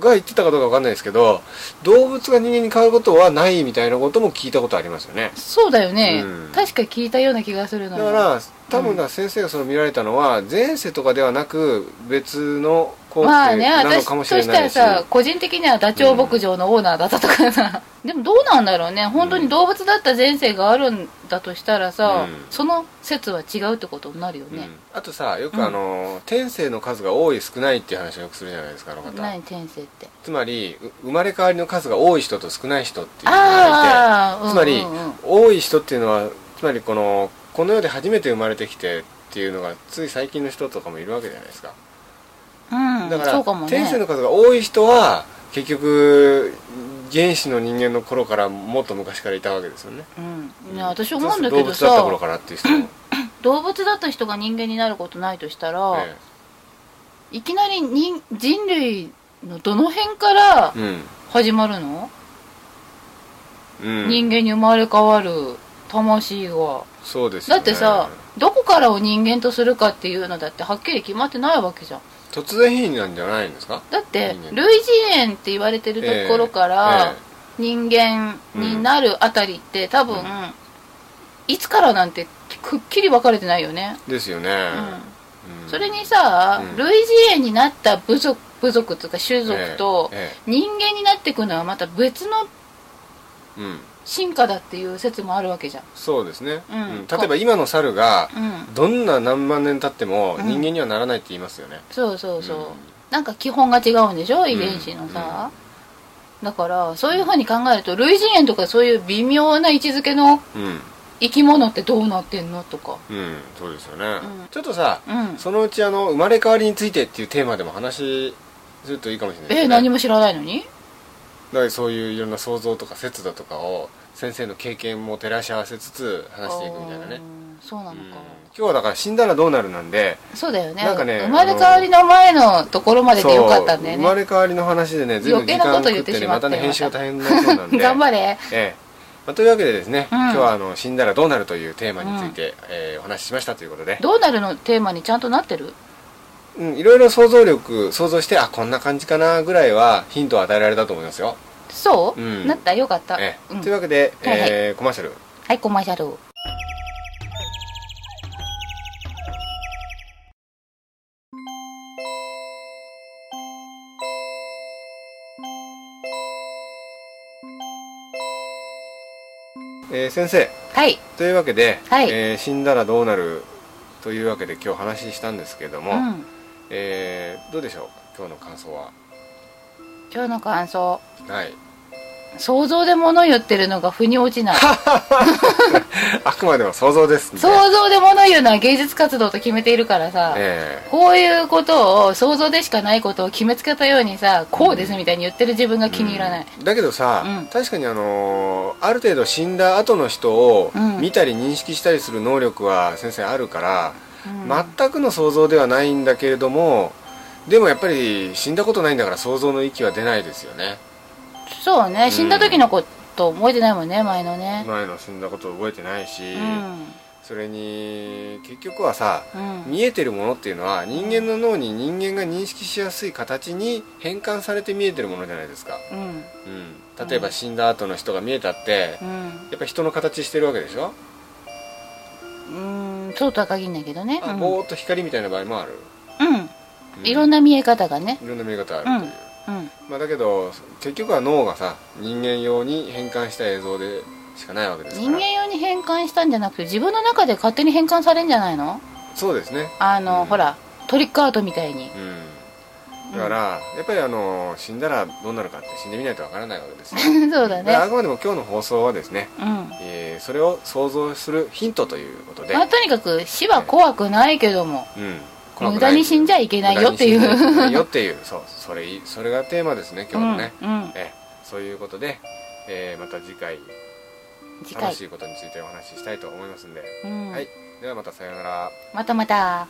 Speaker 1: が言ってたかどうかわかんないですけど動物が人間に変わることはないみたいなことも聞いたことありますよね
Speaker 2: んそうだよね、
Speaker 1: うん
Speaker 2: 確か聞いたような気がするの
Speaker 1: だ
Speaker 2: よ
Speaker 1: から多分な先生がその見られたのは前世とかではなく別の光
Speaker 2: まあ
Speaker 1: 景
Speaker 2: ね
Speaker 1: なの
Speaker 2: 私
Speaker 1: かも
Speaker 2: と
Speaker 1: しれ
Speaker 2: し
Speaker 1: な
Speaker 2: たら
Speaker 1: いし、
Speaker 2: さ個人的にはダチョウ牧場のオーナーだったとかさ、 [LAUGHS] でもどうなんだろうね本当に動物だった前世があるんだとしたらさ、
Speaker 1: うん
Speaker 2: その説は違うってことになるよ
Speaker 1: うん
Speaker 2: ね、
Speaker 1: あとさよ
Speaker 2: うん
Speaker 1: くあの、天性の数が多い少ないっていう話をよくするじゃないですかあの方
Speaker 2: 何転生って
Speaker 1: つまりう生まれ変わりの数が多い人と少ない人っていうのがい
Speaker 2: あ
Speaker 1: て
Speaker 2: あ
Speaker 1: つまり、
Speaker 2: うんうんうん
Speaker 1: 多い人っていうのはつまりこのこの世で初めて生まれてきてっていうのがつい最近の人とかもいるわけじゃないですか
Speaker 2: うん
Speaker 1: だか
Speaker 2: そ
Speaker 1: ら、
Speaker 2: うかもね
Speaker 1: 天性の数が多い人は結局原始の人間の頃からもっと昔からいたわけですよね
Speaker 2: うん、ね私思うんだけど
Speaker 1: そうそう動物だった頃
Speaker 2: さ
Speaker 1: からっていう人も、
Speaker 2: 動物だった人が人間になることないとしたら、
Speaker 1: え
Speaker 2: いきなり人人類のどの辺から
Speaker 1: え
Speaker 2: 始まるの、
Speaker 1: うん、うん、
Speaker 2: 人間に生まれ変わる魂が
Speaker 1: そうですよね
Speaker 2: だってさ、どこからを人間とするかっていうのだってはっきり決まってないわけじゃん
Speaker 1: 突然変異なんじゃないんですか
Speaker 2: だって
Speaker 1: 人間
Speaker 2: 類人猿って言われてるところから
Speaker 1: ええ
Speaker 2: 人間になるあたりって多分、
Speaker 1: うん
Speaker 2: いつからなんてくっきり分かれてないよね、
Speaker 1: えですよね、
Speaker 2: う、
Speaker 1: うんん
Speaker 2: それにさ、
Speaker 1: うん
Speaker 2: 類人猿になった部族部族とか種族と
Speaker 1: ええ
Speaker 2: 人間になっていくのはまた別の
Speaker 1: ええうん、
Speaker 2: 進化だっていう説もあるわけじゃん、
Speaker 1: そうですね、
Speaker 2: うん
Speaker 1: うん例えば今の猿が
Speaker 2: うん、
Speaker 1: どんな何万年経っても
Speaker 2: うん
Speaker 1: 人間にはならないって言いますよね、
Speaker 2: そうそうそう、
Speaker 1: うん
Speaker 2: なんか基本が違うんでしょ遺伝子のさ、だからそういうふうに考えると類人猿とかそういう微妙な位置づけの
Speaker 1: うんうん、
Speaker 2: 生き物ってどうなってんのとか
Speaker 1: そうですよね、
Speaker 2: うん
Speaker 1: ちょっとさ、
Speaker 2: うん
Speaker 1: そのうちあの生まれ変わりについてっていうテーマでも話するといいかもしれないですね
Speaker 2: え何も知らないのに
Speaker 1: だからそういういろんな想像とか説だとかを先生の経験も照らし合わせつつ話していくみたいなね
Speaker 2: あーそうな
Speaker 1: うん
Speaker 2: のか、
Speaker 1: 今日はだから死んだらどうなるなんで
Speaker 2: そうだよね
Speaker 1: なんかね
Speaker 2: 生まれ変わりの前のところまででよかったんだよ
Speaker 1: そう生ま
Speaker 2: ね
Speaker 1: れ変わりの話でね随分時間を食ってねまたね
Speaker 2: 余計なこと言
Speaker 1: 編
Speaker 2: ってし
Speaker 1: 集が
Speaker 2: ま
Speaker 1: 大
Speaker 2: った
Speaker 1: 変なそうなんで
Speaker 2: [LAUGHS] 頑張れ
Speaker 1: ええまあというわけでですね、
Speaker 2: うん
Speaker 1: 今日はあの死んだらどうなるというテーマについて、えーお話ししましたということで、
Speaker 2: どうなるのテーマにちゃんとなってる
Speaker 1: うん、いろいろ想像力想像してあこんな感じかなぐらいはヒントを与えられたと思いますよ、
Speaker 2: そう、
Speaker 1: うん
Speaker 2: なったよかった、
Speaker 1: ええ
Speaker 2: うん
Speaker 1: というわけで、
Speaker 2: はいはい
Speaker 1: えーコマーシャル
Speaker 2: はいコマーシャル
Speaker 1: えー先生
Speaker 2: はい
Speaker 1: というわけで、
Speaker 2: はい
Speaker 1: えー死んだらどうなるというわけで今日話したんですけども、
Speaker 2: うん
Speaker 1: えーどうでしょう今日の感想は
Speaker 2: 今日の感想
Speaker 1: はい [LAUGHS]
Speaker 2: 想像で物言ってるのが腑に落ちない
Speaker 1: あくまでも想像ですね
Speaker 2: 想像で物言うのは芸術活動と決めているからさ、
Speaker 1: え
Speaker 2: こういうことを想像でしかないことを決めつけたようにさこうですみたいに言ってる自分が
Speaker 1: え
Speaker 2: 気に入らない、
Speaker 1: うんだけどさ、
Speaker 2: うん
Speaker 1: 確かにあのーある程度死んだ後の人を
Speaker 2: うん
Speaker 1: 見たり認識したりする能力は先生あるから、
Speaker 2: うん
Speaker 1: 全くの想像ではないんだけれどもでもやっぱり死んだことないんだから想像の域は出ないですよね
Speaker 2: そうね死んだ時のここと覚えてないもんね前のね
Speaker 1: 前の死んだこと覚えてないし、
Speaker 2: うん
Speaker 1: それに結局はさ、
Speaker 2: うん
Speaker 1: 見えてるものっていうのは人間の脳に人間が認識しやすい形に変換されて見えてるものじゃないですか、
Speaker 2: うん
Speaker 1: うん、例えば死んだ後の人が見えたって、
Speaker 2: うん
Speaker 1: やっぱ人の形してるわけでしょ、
Speaker 2: うんそうとは限んないけどねう
Speaker 1: あ
Speaker 2: ん、
Speaker 1: ぼーっと光みたいな場合もある、
Speaker 2: うん、いろんな見え方がね
Speaker 1: いろんな見え方あるという、
Speaker 2: うん
Speaker 1: まあ、だけど結局は脳がさ人間用に変換した映像でしかないわけですから
Speaker 2: 人間用に変換したんじゃなくて自分の中で勝手に変換されんじゃないの
Speaker 1: そうですね
Speaker 2: あの、
Speaker 1: うん
Speaker 2: ほらトリックアウトみたいに
Speaker 1: うんだから、やっぱりあの死んだらどうなるかって死んでみないとわからないわけですよ
Speaker 2: [LAUGHS] そうだ
Speaker 1: だからあ
Speaker 2: ね
Speaker 1: くまでも今日の放送はですね、
Speaker 2: うん
Speaker 1: えーそれを想像するヒントということで、
Speaker 2: まあ、とにかく死は怖くないけども
Speaker 1: うん怖
Speaker 2: 無
Speaker 1: くな
Speaker 2: 駄
Speaker 1: い
Speaker 2: に死んじゃいけないよっていう
Speaker 1: 無駄に死んじゃいけないよっていうそうそれいそれがテーマですね今日のね、
Speaker 2: うんうん、
Speaker 1: えそういうことで、えーまた次回
Speaker 2: 次
Speaker 1: 楽
Speaker 2: 回
Speaker 1: しいことについてお話ししたいと思いますんで、
Speaker 2: うん
Speaker 1: はいではまたさようなら
Speaker 2: またまた。